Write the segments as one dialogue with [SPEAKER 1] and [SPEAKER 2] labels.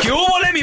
[SPEAKER 1] ¿Qué hubo, le, mi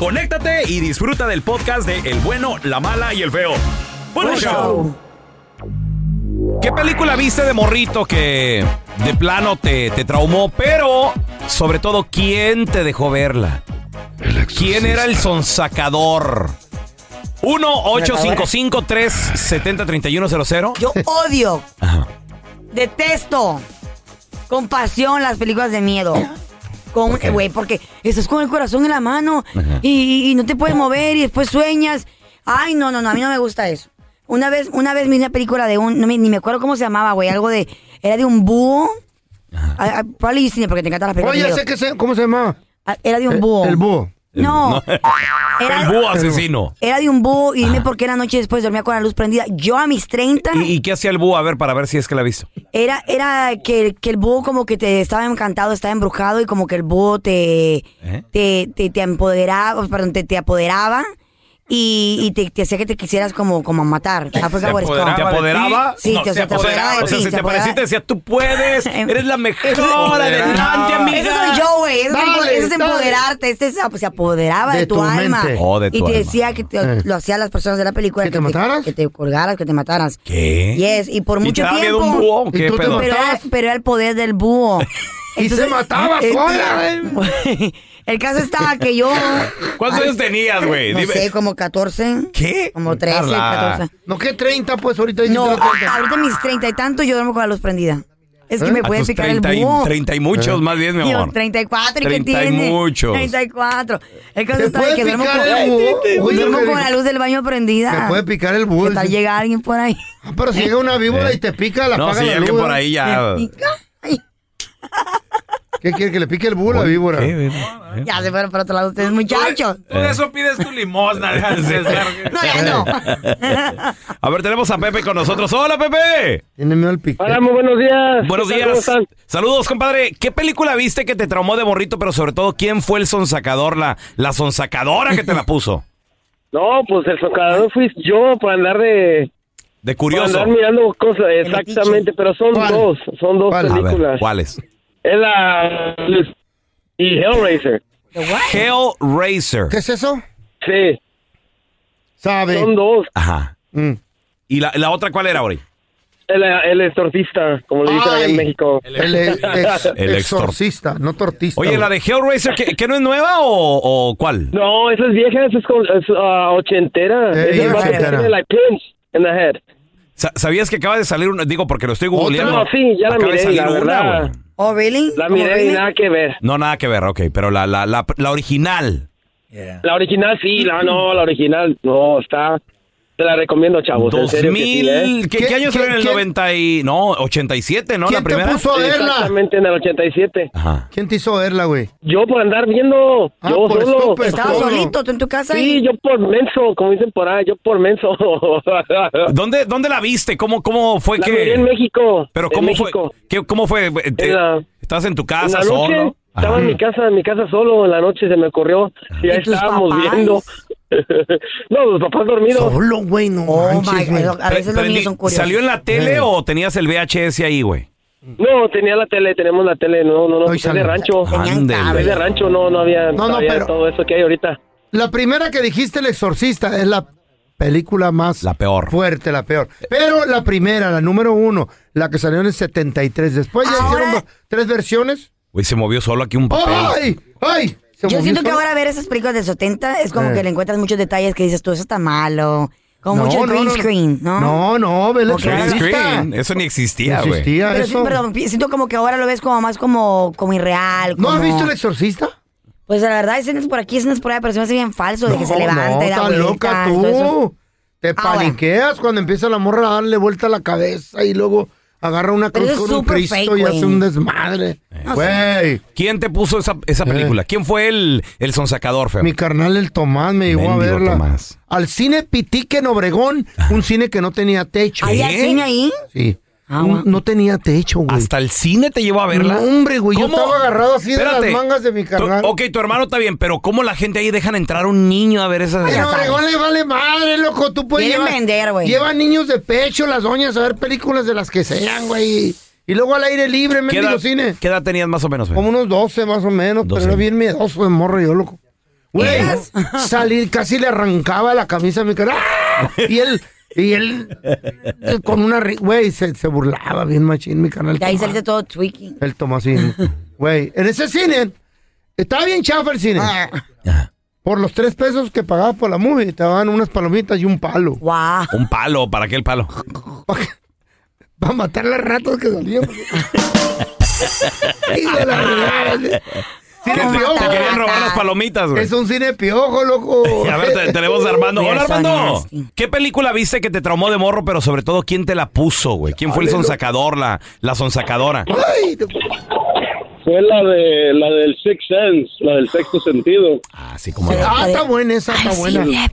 [SPEAKER 1] conéctate y disfruta del podcast de El bueno, la mala y el feo. Bueno,
[SPEAKER 2] Buen
[SPEAKER 1] show. ¿Qué película viste de morrito que de plano te, te traumó? Pero, sobre todo, ¿quién te dejó verla? ¿Quién era el sonsacador? 1-855-370-3100.
[SPEAKER 3] Yo odio, detesto con pasión las películas de miedo. Con,
[SPEAKER 1] ¿Por qué?
[SPEAKER 3] güey, porque estás con el corazón en la mano
[SPEAKER 1] Ajá.
[SPEAKER 3] y, y- y no te puedes mover y después sueñas. Ay, no, no, no, a mí no me gusta eso. Una vez, una vez vi una película de un, no me- ni me acuerdo cómo se llamaba, güey, algo de, era de un búho. Ah, ah, Probablemente you seen it porque te encantan las películas.
[SPEAKER 2] Oye,
[SPEAKER 3] de
[SPEAKER 2] Oh, ya
[SPEAKER 3] miedo.
[SPEAKER 2] sé que se, ¿cómo se llama?
[SPEAKER 3] Ah, Era de un
[SPEAKER 2] Eh,
[SPEAKER 3] búho.
[SPEAKER 2] El búho.
[SPEAKER 3] No, Era-
[SPEAKER 1] El búho asesino.
[SPEAKER 3] era de un búho y dime por qué la noche después dormía con la luz prendida. Yo a mis 30
[SPEAKER 1] ¿Y, y qué hacía el búho? A ver, para ver si es que la ha visto.
[SPEAKER 3] Era, era que, que el búho como que te estaba encantado, estaba embrujado y como que el búho te,
[SPEAKER 1] ¿Eh?
[SPEAKER 3] te, te, te empoderaba, oh, perdón, te, te apoderaba y, y te, te hacía que te quisieras como, como matar. Ah, fue
[SPEAKER 1] ¿Te
[SPEAKER 3] Cowboy Scott.
[SPEAKER 1] apoderaba? ¿Te apoderaba?
[SPEAKER 3] Sí,
[SPEAKER 1] No,
[SPEAKER 3] te, o sea, te apoderaba.
[SPEAKER 1] O sea,
[SPEAKER 3] sí,
[SPEAKER 1] si te
[SPEAKER 3] apoderaba.
[SPEAKER 1] apareciste, decía, tú puedes, eres la mejor, adelante, amiga.
[SPEAKER 3] Eso soy yo, güey. Eso, es
[SPEAKER 2] Dale,
[SPEAKER 3] empo- eso es
[SPEAKER 2] dale.
[SPEAKER 3] empoderarte. Este se, se apoderaba de,
[SPEAKER 2] De
[SPEAKER 3] tu,
[SPEAKER 2] tu
[SPEAKER 3] alma.
[SPEAKER 2] mente.
[SPEAKER 1] Oh, de
[SPEAKER 3] y
[SPEAKER 1] tu
[SPEAKER 3] te
[SPEAKER 1] alma.
[SPEAKER 3] decía que te-
[SPEAKER 2] Eh.
[SPEAKER 3] lo hacían las personas de la película.
[SPEAKER 2] ¿Que te mataras?
[SPEAKER 3] Que te colgaras, que te mataras.
[SPEAKER 1] ¿Qué?
[SPEAKER 3] Yes, y por
[SPEAKER 1] ¿Y te
[SPEAKER 3] mucho
[SPEAKER 1] da miedo
[SPEAKER 3] tiempo.
[SPEAKER 1] un búho? o
[SPEAKER 2] ¿Y
[SPEAKER 1] ¿Qué
[SPEAKER 2] tú te
[SPEAKER 1] pedo?
[SPEAKER 3] pero, era,
[SPEAKER 2] matabas?
[SPEAKER 3] pero era el poder del búho.
[SPEAKER 2] Y se mataba sola,
[SPEAKER 3] eh. El caso estaba que yo.
[SPEAKER 1] ¿Cuántos
[SPEAKER 3] Ay,
[SPEAKER 1] años tenías, güey?
[SPEAKER 3] No
[SPEAKER 1] Dime.
[SPEAKER 3] sé, como 14.
[SPEAKER 1] ¿Qué?
[SPEAKER 3] Como 13,
[SPEAKER 1] Carla.
[SPEAKER 3] 14.
[SPEAKER 2] No, que 30, pues ahorita dices
[SPEAKER 3] No,
[SPEAKER 2] que era 30.
[SPEAKER 3] ahorita mis 30 y tantos yo duermo con la luz prendida. Es que
[SPEAKER 2] ¿Eh?
[SPEAKER 3] me
[SPEAKER 1] A
[SPEAKER 3] puede
[SPEAKER 1] tus
[SPEAKER 3] picar el
[SPEAKER 1] 30 y,
[SPEAKER 3] búho. ¿Eh?
[SPEAKER 1] 30 y muchos, más bien, mi
[SPEAKER 3] Dios,
[SPEAKER 1] amor.
[SPEAKER 3] 34, ¿y qué
[SPEAKER 1] 30 y
[SPEAKER 3] tiene?
[SPEAKER 1] muchos.
[SPEAKER 3] 34. El caso
[SPEAKER 2] ¿Te
[SPEAKER 3] está de
[SPEAKER 2] puede
[SPEAKER 3] que duermo
[SPEAKER 2] picar
[SPEAKER 3] con,
[SPEAKER 2] el búho? Oye,
[SPEAKER 3] duermo
[SPEAKER 2] me
[SPEAKER 3] con
[SPEAKER 2] dijo-
[SPEAKER 3] la luz del baño prendida.
[SPEAKER 2] Te puede picar el búho.
[SPEAKER 3] ¿Qué tal
[SPEAKER 2] dice.
[SPEAKER 3] llega alguien por ahí?
[SPEAKER 2] Ah, Pero si llega una víbora y te pica, la
[SPEAKER 1] ¿Eh? No,
[SPEAKER 2] apaga
[SPEAKER 1] si
[SPEAKER 2] la
[SPEAKER 1] alguien
[SPEAKER 2] luz,
[SPEAKER 1] por
[SPEAKER 2] ¿eh?
[SPEAKER 1] ahí ya.
[SPEAKER 3] Y- ay,
[SPEAKER 2] ¿Qué quiere? ¿Que le pique el búho a la víbora?
[SPEAKER 1] ¿Qué, güey?
[SPEAKER 3] ya se fueron para otro lado ustedes, muchachos.
[SPEAKER 4] Tú de eso pides tu limosna, deja de ser verga.
[SPEAKER 3] No, ya no.
[SPEAKER 1] A ver, tenemos a Pepe con nosotros. ¡Hola, Pepe!
[SPEAKER 2] Tiene miedo al pique.
[SPEAKER 5] Hola, muy buenos días.
[SPEAKER 1] Buenos
[SPEAKER 5] ¿Qué tal? ¿Cómo
[SPEAKER 1] días.
[SPEAKER 5] están?
[SPEAKER 1] Saludos, compadre. ¿Qué película viste que te traumó de morrito, pero sobre todo, quién fue el sonsacador, la, la sonsacadora que te la puso?
[SPEAKER 5] No, pues el socador fui yo para andar de
[SPEAKER 1] De
[SPEAKER 5] para
[SPEAKER 1] curioso.
[SPEAKER 5] andar mirando cosas, exactamente, pero son
[SPEAKER 2] ¿Cuál?
[SPEAKER 5] dos, son dos
[SPEAKER 2] ¿Cuál? A ver,
[SPEAKER 1] A ver,
[SPEAKER 5] películas.
[SPEAKER 1] ¿cuáles?
[SPEAKER 5] es la y Hellraiser.
[SPEAKER 1] Hellraiser.
[SPEAKER 2] ¿Qué es eso?
[SPEAKER 5] Sí,
[SPEAKER 2] Sabe.
[SPEAKER 5] son dos.
[SPEAKER 1] Ajá.
[SPEAKER 2] Mm.
[SPEAKER 1] ¿Y la, la otra cuál era, Ori?
[SPEAKER 5] El, el exorcista, como le dicen allá
[SPEAKER 2] Ay.
[SPEAKER 5] en México.
[SPEAKER 2] El, eh, ex-
[SPEAKER 1] El extor-
[SPEAKER 2] exorcista, no tortista.
[SPEAKER 1] Oye,
[SPEAKER 2] güey.
[SPEAKER 1] la de Hellraiser, ¿qué, qué no es nueva o, o cuál?
[SPEAKER 5] No, esa es vieja, esa es, con- es, ah, ochentera.
[SPEAKER 2] Eh,
[SPEAKER 5] es el vato que
[SPEAKER 2] ochentera.
[SPEAKER 5] tiene, like pins in the head.
[SPEAKER 1] Sa- ¿Sabías que acaba de salir una? Digo, porque lo estoy googleando.
[SPEAKER 5] No, sí, ya la
[SPEAKER 1] Acaba de
[SPEAKER 5] miré, y la
[SPEAKER 1] salir una,
[SPEAKER 5] verdad.
[SPEAKER 1] güey.
[SPEAKER 3] Oh, really?
[SPEAKER 5] La
[SPEAKER 3] ¿Cómo
[SPEAKER 5] miré y
[SPEAKER 3] really?
[SPEAKER 5] nada que ver.
[SPEAKER 1] No, nada que ver, ok. Pero la, la, la, la original.
[SPEAKER 5] La original sí, la no, la original no, está. Te la recomiendo, chavos. Pues, en serio que sí,
[SPEAKER 1] 2000.
[SPEAKER 5] ¿eh?
[SPEAKER 1] ¿Qué,
[SPEAKER 2] ¿Quién-
[SPEAKER 1] qué año
[SPEAKER 2] quién-
[SPEAKER 1] fue en el
[SPEAKER 2] quién-
[SPEAKER 1] 90 y... No, 87, ¿no?
[SPEAKER 2] ¿Quién
[SPEAKER 1] La primera.
[SPEAKER 2] te puso a verla?
[SPEAKER 5] Exactamente en el 87.
[SPEAKER 1] Ajá.
[SPEAKER 2] ¿Quién te hizo verla, güey?
[SPEAKER 5] Yo por andar viendo,
[SPEAKER 2] Ah,
[SPEAKER 5] yo
[SPEAKER 2] por
[SPEAKER 5] solo.
[SPEAKER 2] estúpido.
[SPEAKER 3] Estaba
[SPEAKER 2] ¿Cómo?
[SPEAKER 3] solito, tú en tu casa.
[SPEAKER 5] Sí,
[SPEAKER 3] y-
[SPEAKER 5] yo por menso, como dicen por ahí, yo por menso.
[SPEAKER 1] ¿Dónde, ¿Dónde la viste? ¿Cómo, cómo fue
[SPEAKER 5] la
[SPEAKER 1] que...?
[SPEAKER 5] miré en México.
[SPEAKER 1] Pero
[SPEAKER 5] en
[SPEAKER 1] ¿cómo
[SPEAKER 5] México.
[SPEAKER 1] fue? ¿Qué, ¿Cómo fue? Te-
[SPEAKER 5] la-
[SPEAKER 1] ¿Estás en tu
[SPEAKER 5] En
[SPEAKER 1] casa
[SPEAKER 5] la noche,
[SPEAKER 1] solo?
[SPEAKER 5] estaba
[SPEAKER 1] Ajá.
[SPEAKER 5] en mi casa, en mi casa solo, en la noche se me ocurrió. Y ahí
[SPEAKER 3] ¿Y tus
[SPEAKER 5] estábamos
[SPEAKER 3] papás?
[SPEAKER 5] viendo. no, los papás dormidos.
[SPEAKER 2] Solo, güey, no
[SPEAKER 3] Oh,
[SPEAKER 2] manches,
[SPEAKER 3] my
[SPEAKER 2] güey.
[SPEAKER 3] God. A veces los
[SPEAKER 1] Prendi-
[SPEAKER 3] niños son curiosos.
[SPEAKER 1] ¿Salió en la tele
[SPEAKER 2] Eh.
[SPEAKER 1] o tenías el VHS ahí, güey?
[SPEAKER 5] No, tenía la tele, tenemos la tele. No, no, no,
[SPEAKER 2] Ay,
[SPEAKER 5] es de
[SPEAKER 2] sale.
[SPEAKER 5] rancho.
[SPEAKER 3] Tenían
[SPEAKER 1] Ándele.
[SPEAKER 5] Es de
[SPEAKER 3] cable.
[SPEAKER 5] rancho, no, no había
[SPEAKER 2] No, no,
[SPEAKER 5] todavía
[SPEAKER 2] pero-
[SPEAKER 5] todo eso que hay ahorita.
[SPEAKER 2] La primera que dijiste, El Exorcista, es la película más
[SPEAKER 1] La peor.
[SPEAKER 2] fuerte, la peor. Pero la primera, la número uno, la que salió en el 73. Después ya
[SPEAKER 3] Ahora-
[SPEAKER 2] hicieron dos- tres versiones.
[SPEAKER 1] Güey, se movió solo aquí un papel.
[SPEAKER 2] ¡Ay! ¡Ay! Se
[SPEAKER 3] Yo
[SPEAKER 2] movió
[SPEAKER 3] siento que
[SPEAKER 2] solo.
[SPEAKER 3] ahora ver esas películas del 70 es como
[SPEAKER 2] Eh.
[SPEAKER 3] que le encuentras muchos detalles que dices tú, eso está malo. Como mucho green screen, ¿no?
[SPEAKER 2] No, no, ve la
[SPEAKER 3] Ok.
[SPEAKER 1] Green
[SPEAKER 2] exorcista.
[SPEAKER 1] screen. Eso ni existía, güey.
[SPEAKER 2] Existía
[SPEAKER 3] Pero sí,
[SPEAKER 2] eso.
[SPEAKER 3] perdón, pi- siento como que ahora lo ves como más como, como irreal.
[SPEAKER 2] ¿No has
[SPEAKER 3] como-
[SPEAKER 2] visto El Exorcista?
[SPEAKER 3] Pues la verdad, escenas por aquí, escenas por allá, pero se me hace bien falso de que
[SPEAKER 2] No,
[SPEAKER 3] se levanta
[SPEAKER 2] no,
[SPEAKER 3] y da
[SPEAKER 2] estás
[SPEAKER 3] vueltas,
[SPEAKER 2] loca
[SPEAKER 3] todo eso.
[SPEAKER 2] tú. Te
[SPEAKER 3] Ah, bueno.
[SPEAKER 2] paniqueas cuando empieza la morra a darle vuelta a la cabeza y luego agarra una
[SPEAKER 3] Pero
[SPEAKER 2] cruz
[SPEAKER 3] eso es
[SPEAKER 2] con un
[SPEAKER 3] súper
[SPEAKER 2] Cristo
[SPEAKER 3] fake,
[SPEAKER 2] y
[SPEAKER 3] güey.
[SPEAKER 2] hace un desmadre. Güey, Eh.
[SPEAKER 1] ¿Quién te puso esa, esa película? ¿Quién fue el, el sonsacador, feo?
[SPEAKER 2] mi carnal el Tomás me llegó a
[SPEAKER 1] Mendigo
[SPEAKER 2] verla.
[SPEAKER 1] Tomás.
[SPEAKER 2] Al cine Pitique en Obregón, un cine que no tenía techo.
[SPEAKER 3] ¿Ahí al cine ahí?
[SPEAKER 2] Sí.
[SPEAKER 3] Ah,
[SPEAKER 2] Un-
[SPEAKER 3] guau.
[SPEAKER 2] No tenía techo, güey.
[SPEAKER 1] ¿Hasta el cine te llevó a verla?
[SPEAKER 2] No, hombre, güey, yo
[SPEAKER 1] ¿Cómo?
[SPEAKER 2] estaba agarrado así de las mangas de mi
[SPEAKER 1] Tu-
[SPEAKER 2] carnal.
[SPEAKER 1] ok, tu hermano está bien, pero ¿cómo la gente ahí dejan entrar a un niño a ver esas...
[SPEAKER 2] En
[SPEAKER 3] ya sabes.
[SPEAKER 2] Obregón le vale madre, loco. Tú puedes
[SPEAKER 3] Quieren
[SPEAKER 2] llevar,
[SPEAKER 3] vender, güey.
[SPEAKER 2] lleva niños de pecho, las doñas, a ver películas de las que sean, güey. Y luego al aire libre,
[SPEAKER 1] ¿Qué
[SPEAKER 2] mendigo
[SPEAKER 1] edad,
[SPEAKER 2] cine.
[SPEAKER 1] qué edad tenías más o menos, feo?
[SPEAKER 2] Como unos 12 más o menos,
[SPEAKER 1] 12.
[SPEAKER 2] pero era bien miedoso de morro yo, loco. Güey,
[SPEAKER 3] ¿Eras?
[SPEAKER 2] salir casi le arrancaba la camisa a mi cara. ¡Ah! Y él, y él, eh, con una... ri- Güey, se, se burlaba bien machín mi canal.
[SPEAKER 3] De ahí saliste todo tweaking.
[SPEAKER 2] El Tomasín. Güey, en ese cine, estaba bien chafa el cine.
[SPEAKER 3] Ah.
[SPEAKER 1] Ajá.
[SPEAKER 2] Por los tres pesos que pagaba por la movie, te daban unas palomitas y un palo.
[SPEAKER 3] Guau.
[SPEAKER 1] Un palo, ¿para qué el palo?
[SPEAKER 2] Para matar las ratas que salían. Hijo de la regada. Cine
[SPEAKER 3] Te-
[SPEAKER 2] piojo.
[SPEAKER 1] Te querían robar las
[SPEAKER 3] Ajá.
[SPEAKER 1] palomitas, güey.
[SPEAKER 2] Es un cine piojo, loco.
[SPEAKER 1] A ver, te- tenemos a Armando.
[SPEAKER 3] We
[SPEAKER 1] Hola,
[SPEAKER 3] are so
[SPEAKER 1] Armando.
[SPEAKER 3] nasty.
[SPEAKER 1] ¿Qué película viste que te traumó de morro, pero sobre todo quién te la puso, güey? ¿Quién fue el sonsacador, la, la sonsacadora?
[SPEAKER 2] Ay, te-
[SPEAKER 5] Fue la de la del Sixth Sense, la del sexto sentido.
[SPEAKER 1] Así como.
[SPEAKER 3] Sí.
[SPEAKER 2] ah, está buena esa, está buena. Ey,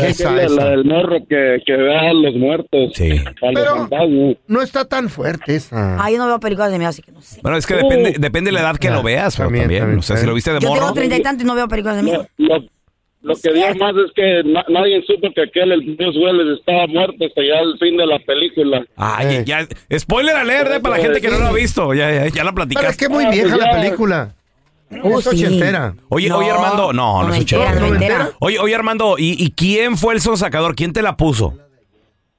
[SPEAKER 2] esa, esa.
[SPEAKER 5] del morro que, que ve a los muertos.
[SPEAKER 1] Sí.
[SPEAKER 5] A
[SPEAKER 2] Pero- fantasmas. No está tan fuerte esa.
[SPEAKER 3] Ah, yo no veo películas de miedo, así que no sé.
[SPEAKER 1] Bueno, es que depende, depende la edad que lo veas, pero
[SPEAKER 2] También,
[SPEAKER 1] también.
[SPEAKER 2] también,
[SPEAKER 1] o sea, si
[SPEAKER 2] también.
[SPEAKER 1] lo viste de
[SPEAKER 3] Yo
[SPEAKER 1] morro.
[SPEAKER 3] tengo treinta y tantos y no veo películas de miedo.
[SPEAKER 5] Lo, lo que dio más es que na- nadie supo que aquel, el Dios Welles, estaba muerto hasta ya el fin de la película.
[SPEAKER 1] Ay, ya. Spoiler alert, eh, para la gente que no lo ha visto. Ya, ya, ya la
[SPEAKER 2] Pero es
[SPEAKER 1] platicaste.
[SPEAKER 2] que es
[SPEAKER 5] Ah,
[SPEAKER 2] muy
[SPEAKER 5] pues
[SPEAKER 2] vieja la película.
[SPEAKER 3] Oh,
[SPEAKER 2] Es
[SPEAKER 3] sí.
[SPEAKER 2] ochentera.
[SPEAKER 1] Oye, oye, Armando. No, no es
[SPEAKER 3] noventera,
[SPEAKER 1] ochentera.
[SPEAKER 3] noventera.
[SPEAKER 1] Oye, oye, Armando, ¿y, y quién fue el sonsacador? ¿Quién te la puso?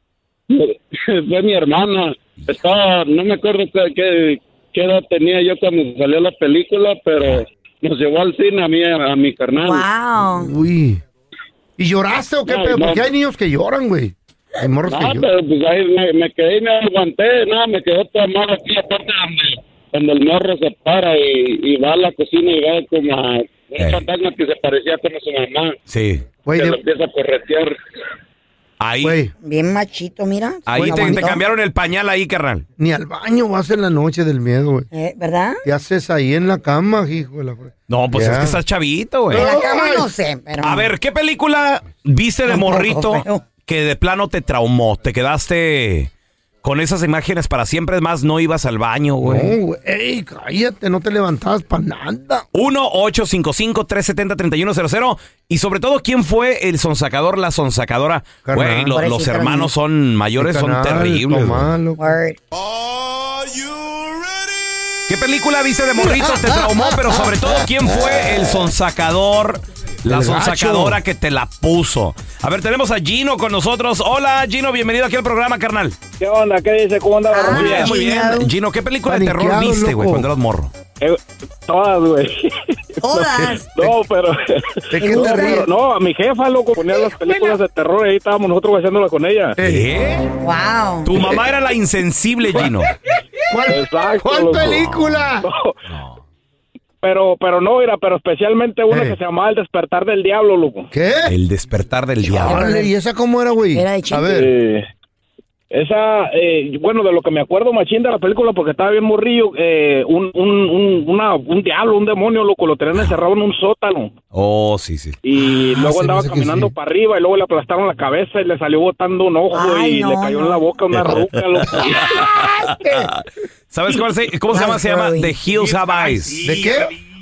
[SPEAKER 5] Fue mi hermana. Estaba, no me acuerdo qué, qué- qué edad tenía yo cuando salió la película, pero nos llevó al cine a mí, a mi carnal.
[SPEAKER 3] Wow.
[SPEAKER 2] Uy. ¿Y lloraste o qué
[SPEAKER 5] No,
[SPEAKER 2] pedo?
[SPEAKER 5] no.
[SPEAKER 2] Porque hay niños que lloran, güey. Hay morros
[SPEAKER 5] No,
[SPEAKER 2] que lloran.
[SPEAKER 5] pero pues ahí me, me quedé y me aguanté, no, me quedó toda mal aquí, aparte donde, cuando el morro se para y, y va a la cocina y va como a
[SPEAKER 1] Eh.
[SPEAKER 5] un fantasma que se parecía como su mamá,
[SPEAKER 1] Sí.
[SPEAKER 2] Güey,
[SPEAKER 5] que lo
[SPEAKER 2] de-
[SPEAKER 5] empieza a corretear.
[SPEAKER 1] Ahí,
[SPEAKER 2] güey,
[SPEAKER 3] Bien machito, mira.
[SPEAKER 1] ahí te- te,
[SPEAKER 3] Aguantó.
[SPEAKER 1] cambiaron el pañal ahí, carnal.
[SPEAKER 2] ni al baño vas en la noche del miedo, güey.
[SPEAKER 3] Eh, ¿Verdad?
[SPEAKER 2] Te haces ahí en la cama, hijo de la fre-
[SPEAKER 1] No, pues
[SPEAKER 2] Ya.
[SPEAKER 1] es que estás chavito, güey.
[SPEAKER 3] De la cama no sé, pero.
[SPEAKER 1] A ver, ¿qué película viste de
[SPEAKER 3] Tampoco
[SPEAKER 1] morrito
[SPEAKER 3] feo.
[SPEAKER 1] que de plano te traumó? Te quedaste con esas imágenes para siempre, es más no ibas al baño, güey.
[SPEAKER 2] No, güey. Ey, cállate, no te levantabas para nada.
[SPEAKER 1] 1-855-370-3100. Y sobre todo, ¿quién fue el sonsacador, la sonsacadora?
[SPEAKER 2] Carnal.
[SPEAKER 1] Güey, lo-
[SPEAKER 3] Pobrecito,
[SPEAKER 1] los hermanos son mayores, son
[SPEAKER 2] Canal,
[SPEAKER 1] terribles. güey.
[SPEAKER 2] Tomás, loco.
[SPEAKER 3] Word.
[SPEAKER 1] ¿Qué película viste de Este morrito te traumó? Pero sobre todo, ¿quién fue el sonsacador? La
[SPEAKER 2] El
[SPEAKER 1] sonsacadora
[SPEAKER 2] gacho.
[SPEAKER 1] que te la puso. A ver, tenemos a Gino con nosotros. Hola, Gino, bienvenido aquí al programa, carnal.
[SPEAKER 5] ¿Qué onda? ¿Qué dice? ¿Cómo anda?
[SPEAKER 3] Ah,
[SPEAKER 1] Muy bien, muy
[SPEAKER 3] Gino.
[SPEAKER 1] bien. Gino, ¿qué película de
[SPEAKER 2] Paniqueado,
[SPEAKER 1] terror viste, güey,
[SPEAKER 2] loco.
[SPEAKER 1] cuando eras morro?
[SPEAKER 5] Eh, todas, güey.
[SPEAKER 3] Todas.
[SPEAKER 5] No, pero.
[SPEAKER 2] ¿De qué
[SPEAKER 5] no,
[SPEAKER 2] te ríes?
[SPEAKER 5] pero- no, a mi jefa, loco, ponía las películas de terror y ahí estábamos nosotros haciéndolas con ella.
[SPEAKER 1] ¿Eh?
[SPEAKER 3] Wow.
[SPEAKER 1] Tu mamá era la
[SPEAKER 3] Eh,
[SPEAKER 1] insensible, Gino.
[SPEAKER 2] ¿Cuál,
[SPEAKER 5] Exacto,
[SPEAKER 2] cuál
[SPEAKER 5] loco.
[SPEAKER 2] película?
[SPEAKER 5] Pero, pero no, era, pero especialmente una
[SPEAKER 2] Eh.
[SPEAKER 5] que se llamaba El despertar del diablo, loco.
[SPEAKER 2] ¿Qué?
[SPEAKER 1] El despertar del diablo.
[SPEAKER 2] Órale, ¿y esa cómo era, güey?
[SPEAKER 3] Era de chiste.
[SPEAKER 2] A ver.
[SPEAKER 5] Eh, esa, eh, bueno, de lo que me acuerdo, machín, de la película, porque estaba bien morrillo, eh, un, un, un, una- un diablo, un demonio, loco, lo tenían encerrado en un sótano.
[SPEAKER 1] Oh, sí, sí.
[SPEAKER 5] Y
[SPEAKER 2] Ah, se
[SPEAKER 5] luego
[SPEAKER 2] me
[SPEAKER 5] andaba
[SPEAKER 2] hace que
[SPEAKER 5] caminando
[SPEAKER 2] sí.
[SPEAKER 5] para arriba y luego le aplastaron la cabeza y le salió botando un ojo
[SPEAKER 3] Ay,
[SPEAKER 5] y
[SPEAKER 3] no,
[SPEAKER 5] le cayó en la
[SPEAKER 3] no.
[SPEAKER 5] boca una ruca, loco.
[SPEAKER 1] ¿Sabes cuál se, cómo se llama? Se llama The Hills Have Eyes.
[SPEAKER 2] ¿De qué?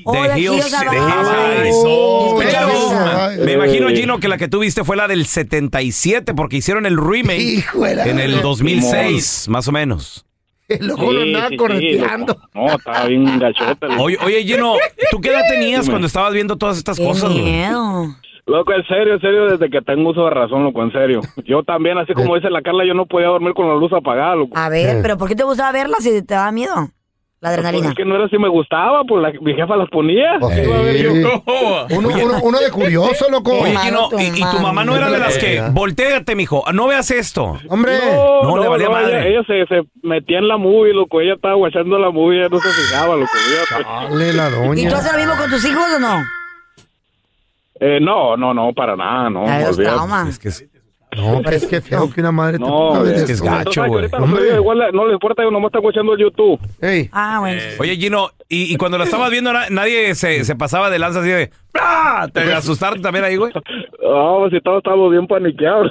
[SPEAKER 3] Oh,
[SPEAKER 1] The
[SPEAKER 3] The
[SPEAKER 1] Hills-
[SPEAKER 3] Hills Have
[SPEAKER 1] The Hills Have
[SPEAKER 3] Eyes.
[SPEAKER 1] Eyes.
[SPEAKER 2] Oh,
[SPEAKER 3] Escucha
[SPEAKER 1] Pero,
[SPEAKER 3] esa.
[SPEAKER 2] ay,
[SPEAKER 1] me imagino, Gino, que la que tuviste fue la del 77, porque hicieron el remake
[SPEAKER 2] Híjole.
[SPEAKER 1] en el 2006, más o menos.
[SPEAKER 2] El ojo lo
[SPEAKER 5] Sí,
[SPEAKER 2] andaba
[SPEAKER 5] sí, sí,
[SPEAKER 2] correteando.
[SPEAKER 5] loco. no, estaba bien gachote. Loco.
[SPEAKER 1] Oye, oye, Gino, ¿tú qué edad tenías
[SPEAKER 5] Dime.
[SPEAKER 1] cuando estabas viendo todas estas
[SPEAKER 3] Qué
[SPEAKER 1] cosas? güey?
[SPEAKER 3] miedo.
[SPEAKER 5] Loco, en serio, en serio, desde que tengo uso de razón, loco, en serio. Yo también, así
[SPEAKER 2] Eh.
[SPEAKER 5] como dice la Carla, yo no podía dormir con la luz apagada, loco.
[SPEAKER 3] A ver, pero ¿por qué te gustaba verla si te daba miedo? La
[SPEAKER 5] Pues
[SPEAKER 3] adrenalina.
[SPEAKER 5] es que no era si me gustaba, pues la, mi jefa las ponía.
[SPEAKER 2] Ok.
[SPEAKER 5] Iba a ver yo.
[SPEAKER 2] Uno, uno- uno de curioso, loco.
[SPEAKER 1] Oye,
[SPEAKER 3] Qué
[SPEAKER 1] Gino,
[SPEAKER 3] malo
[SPEAKER 1] y,
[SPEAKER 3] tu
[SPEAKER 1] y tu mamá no era de las que, volteate, mijo, no veas esto.
[SPEAKER 2] Eh. Hombre.
[SPEAKER 5] No,
[SPEAKER 1] No,
[SPEAKER 5] no,
[SPEAKER 1] le valía
[SPEAKER 5] no, ella,
[SPEAKER 1] madre.
[SPEAKER 5] ella se, se metía en la movie, loco. Ella estaba guachando la movie, ella no se fijaba, loco. Ella- pues,
[SPEAKER 2] Dale la
[SPEAKER 3] ¿Y tú
[SPEAKER 2] doña.
[SPEAKER 3] haces lo mismo con tus hijos o no?
[SPEAKER 5] eh, no, no, no, para nada, no.
[SPEAKER 3] Ay, los
[SPEAKER 5] olvídate.
[SPEAKER 3] traumas.
[SPEAKER 1] Es que es-
[SPEAKER 2] No, pero es que feo que una madre te
[SPEAKER 5] No,
[SPEAKER 2] ponga a ver
[SPEAKER 5] es
[SPEAKER 2] eso.
[SPEAKER 1] que es gacho.
[SPEAKER 5] Entonces,
[SPEAKER 1] güey.
[SPEAKER 5] ahorita los
[SPEAKER 2] Hombre.
[SPEAKER 5] medios igual no les importa, nomás está escuchando el YouTube. Eh,
[SPEAKER 2] Ey,
[SPEAKER 3] Ah, bueno.
[SPEAKER 1] Oye, Gino, y, y cuando la estabas viendo, na- nadie se, se pasaba de lanza así de. ¡Ah!
[SPEAKER 5] Pues,
[SPEAKER 1] ¿Te asustaron también ahí, güey?
[SPEAKER 5] Ah, pues si todos estamos bien paniqueados.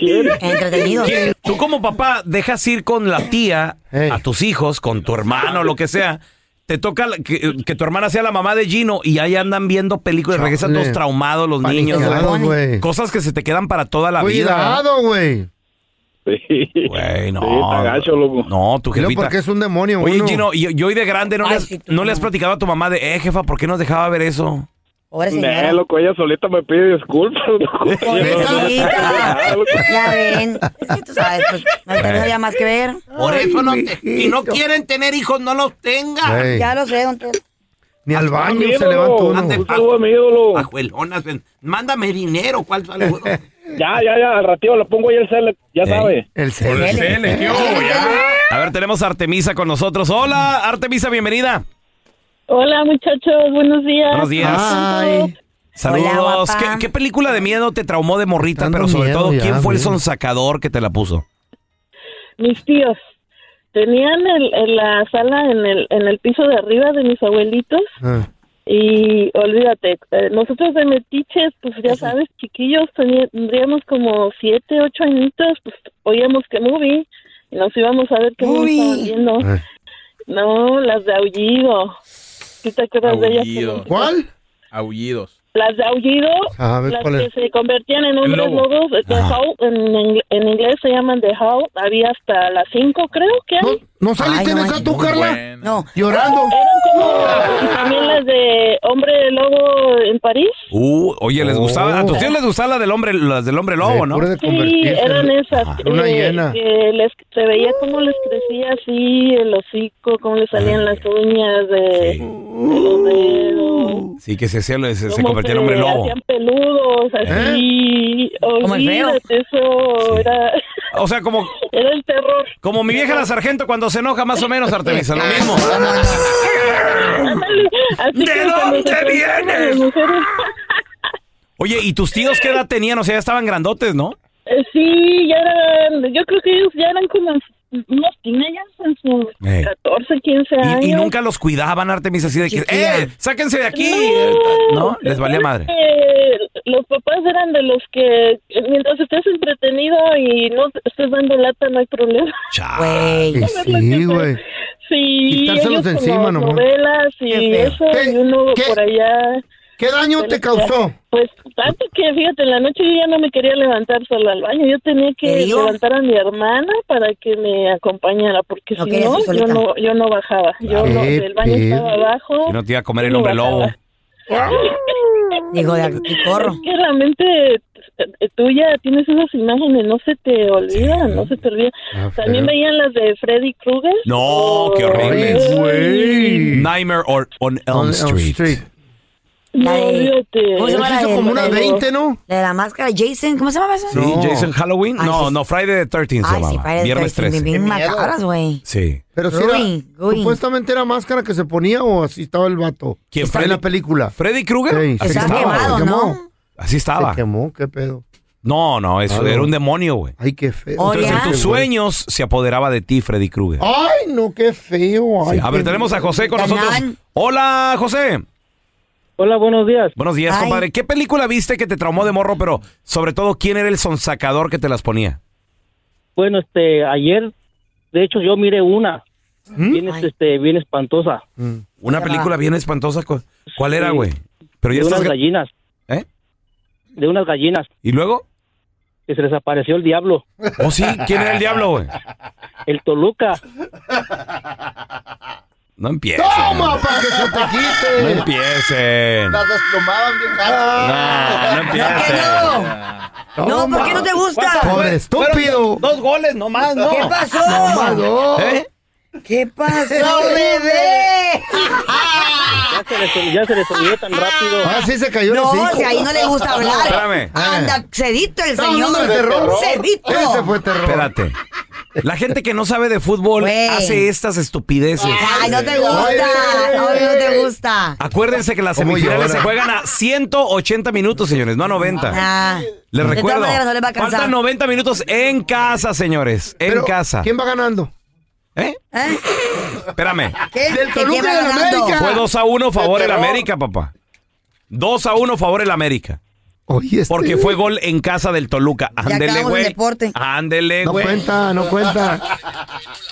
[SPEAKER 5] ¿Quién?
[SPEAKER 3] Entretenido.
[SPEAKER 1] ¿Quién- Tú, como papá, dejas ir con la tía
[SPEAKER 2] Ey.
[SPEAKER 1] a tus hijos, con tu hermano, lo que sea. Te toca la- que, que tu hermana sea la mamá de Gino y ahí andan viendo películas, regresan
[SPEAKER 2] Chale.
[SPEAKER 1] todos traumados los niños.
[SPEAKER 2] Paniqueado,
[SPEAKER 1] güey.
[SPEAKER 2] güey.
[SPEAKER 1] Cosas que se te quedan para toda la vida.
[SPEAKER 2] Cuidado, güey.
[SPEAKER 5] Sí.
[SPEAKER 1] Güey, no.
[SPEAKER 5] Sí, está gacho, loco.
[SPEAKER 1] No, tu
[SPEAKER 2] Dilo
[SPEAKER 1] jefita.
[SPEAKER 2] porque es un demonio,
[SPEAKER 1] Oye,
[SPEAKER 2] uno.
[SPEAKER 1] Gino, y yo, yo hoy de grande no,
[SPEAKER 3] Ay,
[SPEAKER 1] le, has,
[SPEAKER 3] sí, tú
[SPEAKER 1] no le
[SPEAKER 3] no.
[SPEAKER 1] has platicado a tu mamá de, eh, jefa, ¿por qué nos dejaba ver eso?
[SPEAKER 3] Pobre
[SPEAKER 5] Nah,
[SPEAKER 3] señora.
[SPEAKER 5] loco, ella solita me pide disculpas. loco. Ella no-
[SPEAKER 3] Pobrecita.
[SPEAKER 5] Ah, loco.
[SPEAKER 3] Ya ven. Es que tú sabes, pues, ahorita no había más que ver.
[SPEAKER 1] Por eso no si no quieren tener hijos, no los tengan.
[SPEAKER 2] Ey,
[SPEAKER 3] Ya lo sé, don Teo.
[SPEAKER 2] Ni
[SPEAKER 1] Ah,
[SPEAKER 2] al
[SPEAKER 5] Mi
[SPEAKER 2] baño se
[SPEAKER 5] ídolo,
[SPEAKER 2] levanta uno.
[SPEAKER 5] Un saludo a mi ídolo.
[SPEAKER 1] Ajuelonas, mándame dinero, ¿cuál saludo?
[SPEAKER 5] Ya, ya, ya, al ratito le pongo ahí el cel, ya
[SPEAKER 1] Ey.
[SPEAKER 5] sabe.
[SPEAKER 2] El cel.
[SPEAKER 5] ¿eh?
[SPEAKER 1] A ver, tenemos a Artemisa con nosotros. Hola, Artemisa, bienvenida.
[SPEAKER 6] Hola muchachos, buenos días.
[SPEAKER 1] Buenos días.
[SPEAKER 2] Ay,
[SPEAKER 3] Hola,
[SPEAKER 1] Saludos.
[SPEAKER 3] guapa.
[SPEAKER 1] ¿Qué, qué película de miedo te traumó de morrita?
[SPEAKER 2] Dando
[SPEAKER 1] pero sobre
[SPEAKER 2] miedo
[SPEAKER 1] todo,
[SPEAKER 2] ya,
[SPEAKER 1] ¿quién fue el
[SPEAKER 2] güey.
[SPEAKER 1] sonsacador que te la puso?
[SPEAKER 6] Mis tíos tenían el- en la sala en el, en el piso de arriba de mis abuelitos
[SPEAKER 2] ah,
[SPEAKER 6] y olvídate, eh, nosotros de metiches, pues ya sabes, chiquillos, teni- tendríamos como siete, ocho añitos, pues oíamos que movie y nos íbamos a ver qué
[SPEAKER 3] Movie.
[SPEAKER 6] movie estaban viendo.
[SPEAKER 2] ah.
[SPEAKER 6] No, las de aullido. ¿Sí te acuerdas de
[SPEAKER 4] Aullido.
[SPEAKER 6] ellas?
[SPEAKER 2] ¿Cuál?
[SPEAKER 4] Aullidos.
[SPEAKER 6] Las de aullido,
[SPEAKER 2] A ver,
[SPEAKER 6] las
[SPEAKER 2] ¿cuál
[SPEAKER 6] que
[SPEAKER 2] es?
[SPEAKER 6] se convertían en hombres
[SPEAKER 4] lobo.
[SPEAKER 6] lobos, eh, the
[SPEAKER 1] Ajá.
[SPEAKER 6] howl, en, ingle- en inglés se llaman The Howl, había hasta las 5 creo que
[SPEAKER 2] ¿No,
[SPEAKER 6] hay.
[SPEAKER 2] no saliste
[SPEAKER 3] Ay, no,
[SPEAKER 2] en esa
[SPEAKER 3] ay,
[SPEAKER 2] tú,
[SPEAKER 3] no,
[SPEAKER 2] Carla?
[SPEAKER 4] Buena.
[SPEAKER 3] No.
[SPEAKER 2] Llorando.
[SPEAKER 6] Eran como y también las de Hombre Lobo en París.
[SPEAKER 1] Uh, oye, les
[SPEAKER 2] Oh.
[SPEAKER 1] gustaba, a tus tíos les gustaba la del hombre, las del hombre lobo,
[SPEAKER 2] Eh,
[SPEAKER 1] ¿no?
[SPEAKER 2] pura de
[SPEAKER 6] Sí,
[SPEAKER 2] convertirse.
[SPEAKER 6] eran esas.
[SPEAKER 2] Ah, una
[SPEAKER 6] eh,
[SPEAKER 2] hiena.
[SPEAKER 6] que les, se veía cómo les crecía así el hocico, cómo les salían las uñas de,
[SPEAKER 1] Sí.
[SPEAKER 6] de los dedos.
[SPEAKER 1] Sí, que se, se, se- se
[SPEAKER 6] cómo
[SPEAKER 1] convertía en hombre lobo. ¿Eh?
[SPEAKER 6] Hacían peludos, así.
[SPEAKER 3] Como el feo.
[SPEAKER 6] Olvídate, eso era,
[SPEAKER 1] O sea, como,
[SPEAKER 6] era el terror.
[SPEAKER 1] como mi vieja la sargento cuando se enoja, más o menos, Artemisa, lo mismo.
[SPEAKER 6] Ándale, así
[SPEAKER 1] ¿De
[SPEAKER 6] que cuando
[SPEAKER 1] dónde
[SPEAKER 6] se conocieron las
[SPEAKER 1] vienes?
[SPEAKER 6] mujeres,
[SPEAKER 1] Oye, ¿y tus tíos qué edad tenían? O sea, ya estaban grandotes, ¿no?
[SPEAKER 6] eh, Sí, ya eran, yo creo que ellos ya eran como en sus- unos teenagers en sus
[SPEAKER 1] Eh.
[SPEAKER 6] 14, 15 años.
[SPEAKER 1] Y, y nunca los cuidaban, Artemisa, así de que,
[SPEAKER 3] Chiquilla.
[SPEAKER 1] ¡eh! ¡Sáquense de aquí!
[SPEAKER 6] No,
[SPEAKER 1] No, les valía
[SPEAKER 6] creo
[SPEAKER 1] madre.
[SPEAKER 6] que Eh, Los papás eran de los que eh, mientras estés entretenido y no te estés dando lata no hay problema.
[SPEAKER 1] Chale.
[SPEAKER 3] Güey.
[SPEAKER 2] Y sí, güey.
[SPEAKER 6] Sí,
[SPEAKER 2] Quitárselos
[SPEAKER 6] ellos con
[SPEAKER 2] encima
[SPEAKER 6] las
[SPEAKER 2] nomás.
[SPEAKER 6] novelas y
[SPEAKER 3] Qué
[SPEAKER 6] eso
[SPEAKER 2] ¿Qué?
[SPEAKER 6] y uno
[SPEAKER 2] ¿Qué?
[SPEAKER 6] por allá.
[SPEAKER 2] ¿Qué daño te causó?
[SPEAKER 6] Pues tanto que fíjate en la noche yo ya no me quería levantar sola al baño, yo tenía
[SPEAKER 3] ¿Te
[SPEAKER 6] que
[SPEAKER 3] digo?
[SPEAKER 6] levantar a mi hermana para que me acompañara porque
[SPEAKER 3] No
[SPEAKER 6] si
[SPEAKER 3] querías
[SPEAKER 6] no
[SPEAKER 3] ir
[SPEAKER 6] yo
[SPEAKER 3] solita.
[SPEAKER 6] no yo no bajaba, yo
[SPEAKER 2] Claro.
[SPEAKER 6] no,
[SPEAKER 2] Qué
[SPEAKER 6] el baño
[SPEAKER 2] pedo.
[SPEAKER 6] estaba abajo.
[SPEAKER 1] Si no te iba a comer el
[SPEAKER 6] yo no
[SPEAKER 1] hombre lobo.
[SPEAKER 6] bajaba.
[SPEAKER 3] Digo, de aquí corro.
[SPEAKER 6] Es que realmente eh, tú ya tienes esas imágenes, no se te olvidan, no se te olvida.
[SPEAKER 2] Ah,
[SPEAKER 6] También
[SPEAKER 1] feo.
[SPEAKER 6] veían las de Freddy Krueger.
[SPEAKER 1] No, qué horrible. Nightmare or- on Elm Street.
[SPEAKER 6] No, olvídate.
[SPEAKER 1] Pues
[SPEAKER 3] ¿Cómo se llama la
[SPEAKER 2] hizo
[SPEAKER 3] de-
[SPEAKER 2] como una
[SPEAKER 3] la de-
[SPEAKER 2] 20, ¿no?
[SPEAKER 3] La de la máscara, Jason, ¿cómo se llama eso?
[SPEAKER 1] Sí, Jason Halloween.
[SPEAKER 3] Ay,
[SPEAKER 1] no,
[SPEAKER 3] sí.
[SPEAKER 1] no, Friday the 13th se
[SPEAKER 3] Ay, sí,
[SPEAKER 1] llamaba.
[SPEAKER 3] Friday the
[SPEAKER 1] Viernes
[SPEAKER 3] 13th,
[SPEAKER 1] 13.
[SPEAKER 3] Bien
[SPEAKER 2] Qué miedo.
[SPEAKER 3] macabras, güey.
[SPEAKER 1] Sí.
[SPEAKER 2] Pero si
[SPEAKER 3] Uy,
[SPEAKER 2] era,
[SPEAKER 3] uy.
[SPEAKER 2] supuestamente era máscara que se ponía o así estaba el vato.
[SPEAKER 1] ¿Quién,
[SPEAKER 2] Está en
[SPEAKER 1] Freddy?
[SPEAKER 2] la película.
[SPEAKER 1] ¿Freddy Krueger?
[SPEAKER 2] Sí.
[SPEAKER 1] Así
[SPEAKER 3] Está
[SPEAKER 1] estaba.
[SPEAKER 3] quemado,
[SPEAKER 1] güey.
[SPEAKER 3] ¿no?
[SPEAKER 1] Así
[SPEAKER 2] Se
[SPEAKER 1] estaba.
[SPEAKER 2] quemó, qué pedo.
[SPEAKER 1] No, no, eso
[SPEAKER 2] Ah,
[SPEAKER 1] era
[SPEAKER 2] no.
[SPEAKER 1] un demonio, güey.
[SPEAKER 2] Ay, qué feo.
[SPEAKER 3] Oh,
[SPEAKER 1] Entonces
[SPEAKER 3] ya.
[SPEAKER 1] en tus sueños se apoderaba de ti, Freddy Krueger.
[SPEAKER 2] Ay, no, qué feo.
[SPEAKER 1] Sí.
[SPEAKER 2] Ay,
[SPEAKER 1] A ver,
[SPEAKER 2] qué-
[SPEAKER 1] tenemos a José con
[SPEAKER 3] Canal.
[SPEAKER 1] nosotros. Hola, José.
[SPEAKER 5] Hola, buenos días.
[SPEAKER 1] Buenos días,
[SPEAKER 3] Ay.
[SPEAKER 1] compadre. ¿Qué película viste que te traumó de morro, pero sobre todo quién era el sonsacador que te las ponía?
[SPEAKER 5] Bueno, este, ayer, de hecho, yo miré una. Bien,
[SPEAKER 3] Ay.
[SPEAKER 5] este, bien espantosa.
[SPEAKER 2] Mm.
[SPEAKER 1] Una película bien espantosa. cu- ¿Cuál era,
[SPEAKER 5] Sí.
[SPEAKER 1] güey? Pero ya
[SPEAKER 5] de unas
[SPEAKER 1] estás...
[SPEAKER 5] gallinas.
[SPEAKER 1] ¿Eh?
[SPEAKER 5] De unas gallinas
[SPEAKER 1] ¿Y luego?
[SPEAKER 5] que se les apareció el diablo,
[SPEAKER 1] ¿Oh, sí? ¿Quién era el diablo, güey?
[SPEAKER 5] el Toluca.
[SPEAKER 1] No empiecen.
[SPEAKER 2] ¡Toma, para que se te
[SPEAKER 1] No
[SPEAKER 2] quite!
[SPEAKER 1] empiecen. No,
[SPEAKER 2] Las desplomaban, vieja.
[SPEAKER 1] no empiecen.
[SPEAKER 3] No, ¿por qué no te gusta?
[SPEAKER 2] Pobre estúpido.
[SPEAKER 1] Dos goles nomás, ¿no?
[SPEAKER 3] ¿Qué pasó?
[SPEAKER 2] No.
[SPEAKER 1] ¿Eh?
[SPEAKER 3] ¿Qué pasó, bebé?
[SPEAKER 5] Ya se les, ya se les olvidó tan rápido.
[SPEAKER 2] Ah, sí se cayó el
[SPEAKER 3] No,
[SPEAKER 2] hocico.
[SPEAKER 3] si ahí no le gusta hablar.
[SPEAKER 1] Espérame.
[SPEAKER 3] Anda, cedito el
[SPEAKER 2] Estamos
[SPEAKER 3] señor.
[SPEAKER 2] hablando de terror.
[SPEAKER 3] Cedito.
[SPEAKER 2] Ese fue terror.
[SPEAKER 1] Espérate. La gente que no sabe de fútbol
[SPEAKER 3] Güey.
[SPEAKER 1] hace estas estupideces.
[SPEAKER 3] Ay, no te
[SPEAKER 2] Ay,
[SPEAKER 3] gusta. Ay, no te gusta.
[SPEAKER 1] Acuérdense que las
[SPEAKER 2] ¿Cómo
[SPEAKER 1] semifinales
[SPEAKER 2] llora?
[SPEAKER 1] se juegan a 180 minutos, señores, no a 90.
[SPEAKER 3] Ah.
[SPEAKER 1] Les
[SPEAKER 3] de todas
[SPEAKER 1] recuerdo,
[SPEAKER 3] maneras no les va a cansar.
[SPEAKER 1] faltan 90 minutos en casa, señores, en
[SPEAKER 2] Pero,
[SPEAKER 1] casa.
[SPEAKER 2] ¿Quién va ganando?
[SPEAKER 1] ¿Eh?
[SPEAKER 3] ¿Eh?
[SPEAKER 1] Espérame.
[SPEAKER 3] ¿Qué?
[SPEAKER 2] Del
[SPEAKER 3] ¿Que
[SPEAKER 2] Toluca
[SPEAKER 3] quién va
[SPEAKER 2] y del
[SPEAKER 3] ganando?
[SPEAKER 2] América.
[SPEAKER 1] Fue 2 a 1 favor el
[SPEAKER 2] terror.
[SPEAKER 1] América, papá. 2 a 1 favor el América.
[SPEAKER 2] Oye, este-
[SPEAKER 1] Porque fue gol en casa del Toluca. Ándele,
[SPEAKER 3] acabamos el
[SPEAKER 1] güey.
[SPEAKER 3] deporte.
[SPEAKER 1] Ándele,
[SPEAKER 2] No
[SPEAKER 1] güey.
[SPEAKER 2] cuenta, no cuenta.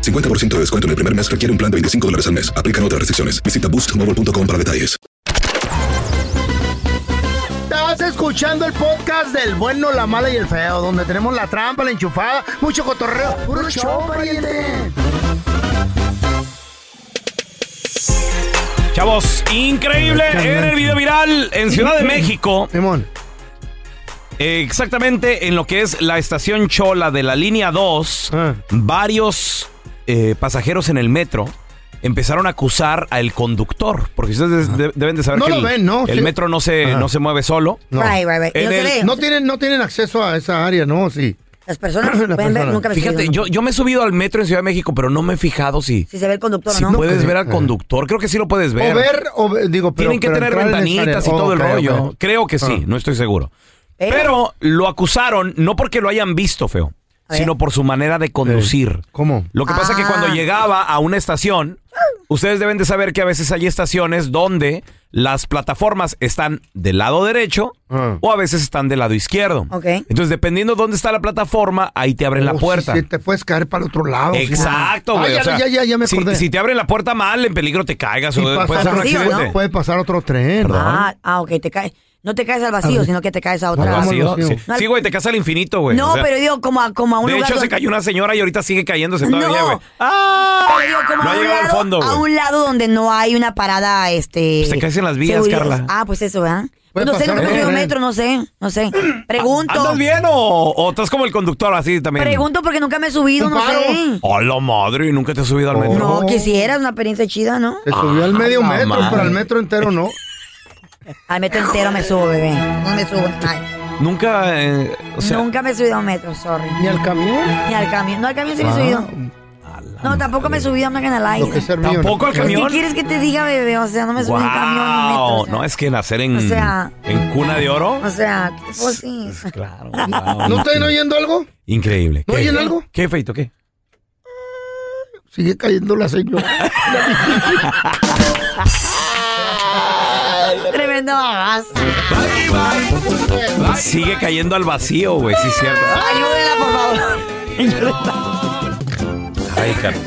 [SPEAKER 7] 50% de descuento en el primer mes requiere un plan de 25 dólares al mes. Aplican otras restricciones. Visita boostmobile.com para detalles.
[SPEAKER 2] Estás escuchando el podcast del bueno, la mala y el feo, donde tenemos la trampa, la enchufada, mucho cotorreo. ¡Puro show, pariente!
[SPEAKER 1] Chavos, increíble. Era el video viral en Ciudad de México.
[SPEAKER 2] Simón.
[SPEAKER 1] Exactamente en lo que es la estación Chola de la línea 2,
[SPEAKER 2] Ah.
[SPEAKER 1] varios eh, pasajeros en el metro empezaron a acusar al conductor, porque ustedes de- deben de saber
[SPEAKER 2] No
[SPEAKER 1] que
[SPEAKER 2] lo
[SPEAKER 1] el,
[SPEAKER 2] ven, ¿no?
[SPEAKER 1] el
[SPEAKER 2] Sí.
[SPEAKER 1] metro no se,
[SPEAKER 2] Ajá.
[SPEAKER 1] no se mueve solo.
[SPEAKER 2] No.
[SPEAKER 3] Right, right, right.
[SPEAKER 1] En
[SPEAKER 3] Y no se
[SPEAKER 1] el-
[SPEAKER 3] ve.
[SPEAKER 2] No tienen, no tienen acceso a esa área, ¿no? Sí.
[SPEAKER 3] Las personas
[SPEAKER 2] Las
[SPEAKER 3] pueden ver,
[SPEAKER 2] personas.
[SPEAKER 3] nunca me he
[SPEAKER 1] Fíjate,
[SPEAKER 3] subido,
[SPEAKER 1] yo, yo me he subido al metro en Ciudad de México, pero no me he fijado si,
[SPEAKER 3] Si se ve el conductor
[SPEAKER 1] si
[SPEAKER 3] o no.
[SPEAKER 1] puedes
[SPEAKER 2] Ok.
[SPEAKER 1] ver al conductor. Creo que sí lo puedes
[SPEAKER 2] O
[SPEAKER 1] ver.
[SPEAKER 2] ver, o ver- digo, pero.
[SPEAKER 1] Tienen que
[SPEAKER 2] pero
[SPEAKER 1] tener
[SPEAKER 2] entrar en esa área.
[SPEAKER 1] ventanitas y todo el
[SPEAKER 2] Ok,
[SPEAKER 1] rollo.
[SPEAKER 2] ok.
[SPEAKER 1] Creo que sí,
[SPEAKER 2] Ah.
[SPEAKER 1] no estoy seguro.
[SPEAKER 3] Pero-
[SPEAKER 1] Pero lo acusaron no porque lo hayan visto, feo,
[SPEAKER 3] A ver.
[SPEAKER 1] sino por su manera de conducir.
[SPEAKER 2] ¿Cómo?
[SPEAKER 1] Lo que pasa es que
[SPEAKER 3] Ah.
[SPEAKER 1] cuando llegaba a una estación, ustedes deben de saber que a veces hay estaciones donde las plataformas están del lado derecho
[SPEAKER 2] Ah.
[SPEAKER 1] o a veces están del lado izquierdo.
[SPEAKER 3] Ok.
[SPEAKER 1] Entonces, dependiendo dónde está la plataforma, ahí te abren la
[SPEAKER 2] Oh,
[SPEAKER 1] puerta.
[SPEAKER 2] sí, sí, te puedes caer para el otro lado. sí.
[SPEAKER 1] Exacto,
[SPEAKER 2] Ah,
[SPEAKER 1] güey.
[SPEAKER 2] ya,
[SPEAKER 1] o sea,
[SPEAKER 2] ya, ya, ya me
[SPEAKER 1] si-
[SPEAKER 2] acordé.
[SPEAKER 1] Si, te abren la puerta mal, en peligro te caigas
[SPEAKER 2] Si
[SPEAKER 1] o
[SPEAKER 2] pasa
[SPEAKER 1] puede ser un
[SPEAKER 2] otro
[SPEAKER 3] Sí, ¿o no?
[SPEAKER 1] accidente.
[SPEAKER 2] puede pasar otro tren.
[SPEAKER 1] Perdón.
[SPEAKER 3] Ah, ah, ok, te cae. No te caes al vacío, sino que te caes a
[SPEAKER 1] Al
[SPEAKER 3] otra.
[SPEAKER 1] vacío, sí.
[SPEAKER 3] No, al-
[SPEAKER 1] Sí, güey, te casas al infinito, güey.
[SPEAKER 3] No,
[SPEAKER 1] O sea,
[SPEAKER 3] pero digo, como a, como a un
[SPEAKER 1] De
[SPEAKER 3] lugar.
[SPEAKER 1] hecho, se
[SPEAKER 3] donde-
[SPEAKER 1] cayó una señora y ahorita sigue cayéndose todavía,
[SPEAKER 3] No. Ah.
[SPEAKER 1] güey.
[SPEAKER 3] Pero digo, como
[SPEAKER 1] No
[SPEAKER 3] a,
[SPEAKER 1] ha
[SPEAKER 3] un
[SPEAKER 1] llegado al
[SPEAKER 3] lado,
[SPEAKER 1] fondo,
[SPEAKER 3] a
[SPEAKER 1] güey.
[SPEAKER 3] un lado donde no hay una parada, este.
[SPEAKER 1] Pues te caes en las vías,
[SPEAKER 3] seguridad.
[SPEAKER 1] Carla.
[SPEAKER 3] Ah, pues eso, ¿verdad? Pues no sé,
[SPEAKER 1] pasar
[SPEAKER 3] nunca he
[SPEAKER 1] de
[SPEAKER 3] cogido
[SPEAKER 1] tren.
[SPEAKER 3] metro, no sé, no sé. Pregunto.
[SPEAKER 1] ¿Andas bien o, o estás como el conductor así también?
[SPEAKER 3] Pregunto porque nunca me he subido, no sé.
[SPEAKER 1] A la madre, ¿y nunca te has subido al metro?
[SPEAKER 3] No, quisieras una experiencia chida, ¿no?
[SPEAKER 1] Se subió al medio Ah, la metro, madre. pero al
[SPEAKER 2] metro entero no.
[SPEAKER 3] Al metro entero me subo, bebé. No me subo. Ay,
[SPEAKER 1] Nunca, eh, o sea,
[SPEAKER 3] nunca me he subido a un metro, sorry. ¿Ni al camión? Ni al camión. No, al camión sí me he
[SPEAKER 1] Ah,
[SPEAKER 3] subido. No, tampoco me he subido, no en el aire.
[SPEAKER 1] ¿Tampoco al
[SPEAKER 3] Pues,
[SPEAKER 1] camión?
[SPEAKER 3] ¿Qué quieres que te diga, bebé? O sea, no me subí a un camión ni metro.
[SPEAKER 1] Wow, no, es que nacer en,
[SPEAKER 3] O sea-
[SPEAKER 1] en cuna de oro.
[SPEAKER 3] O sea, pues sí.
[SPEAKER 1] Claro.
[SPEAKER 2] ¿No están oyendo algo?
[SPEAKER 1] Increíble.
[SPEAKER 2] ¿No
[SPEAKER 1] ¿Qué?
[SPEAKER 2] oyen algo?
[SPEAKER 1] ¿Qué, Feito, qué?
[SPEAKER 2] Sigue cayendo la señora.
[SPEAKER 3] Tremendo bagazo.
[SPEAKER 1] Sigue cayendo al vacío, güey, sí es cierto.
[SPEAKER 3] Ayúdela, por favor.
[SPEAKER 1] Ay, Carla.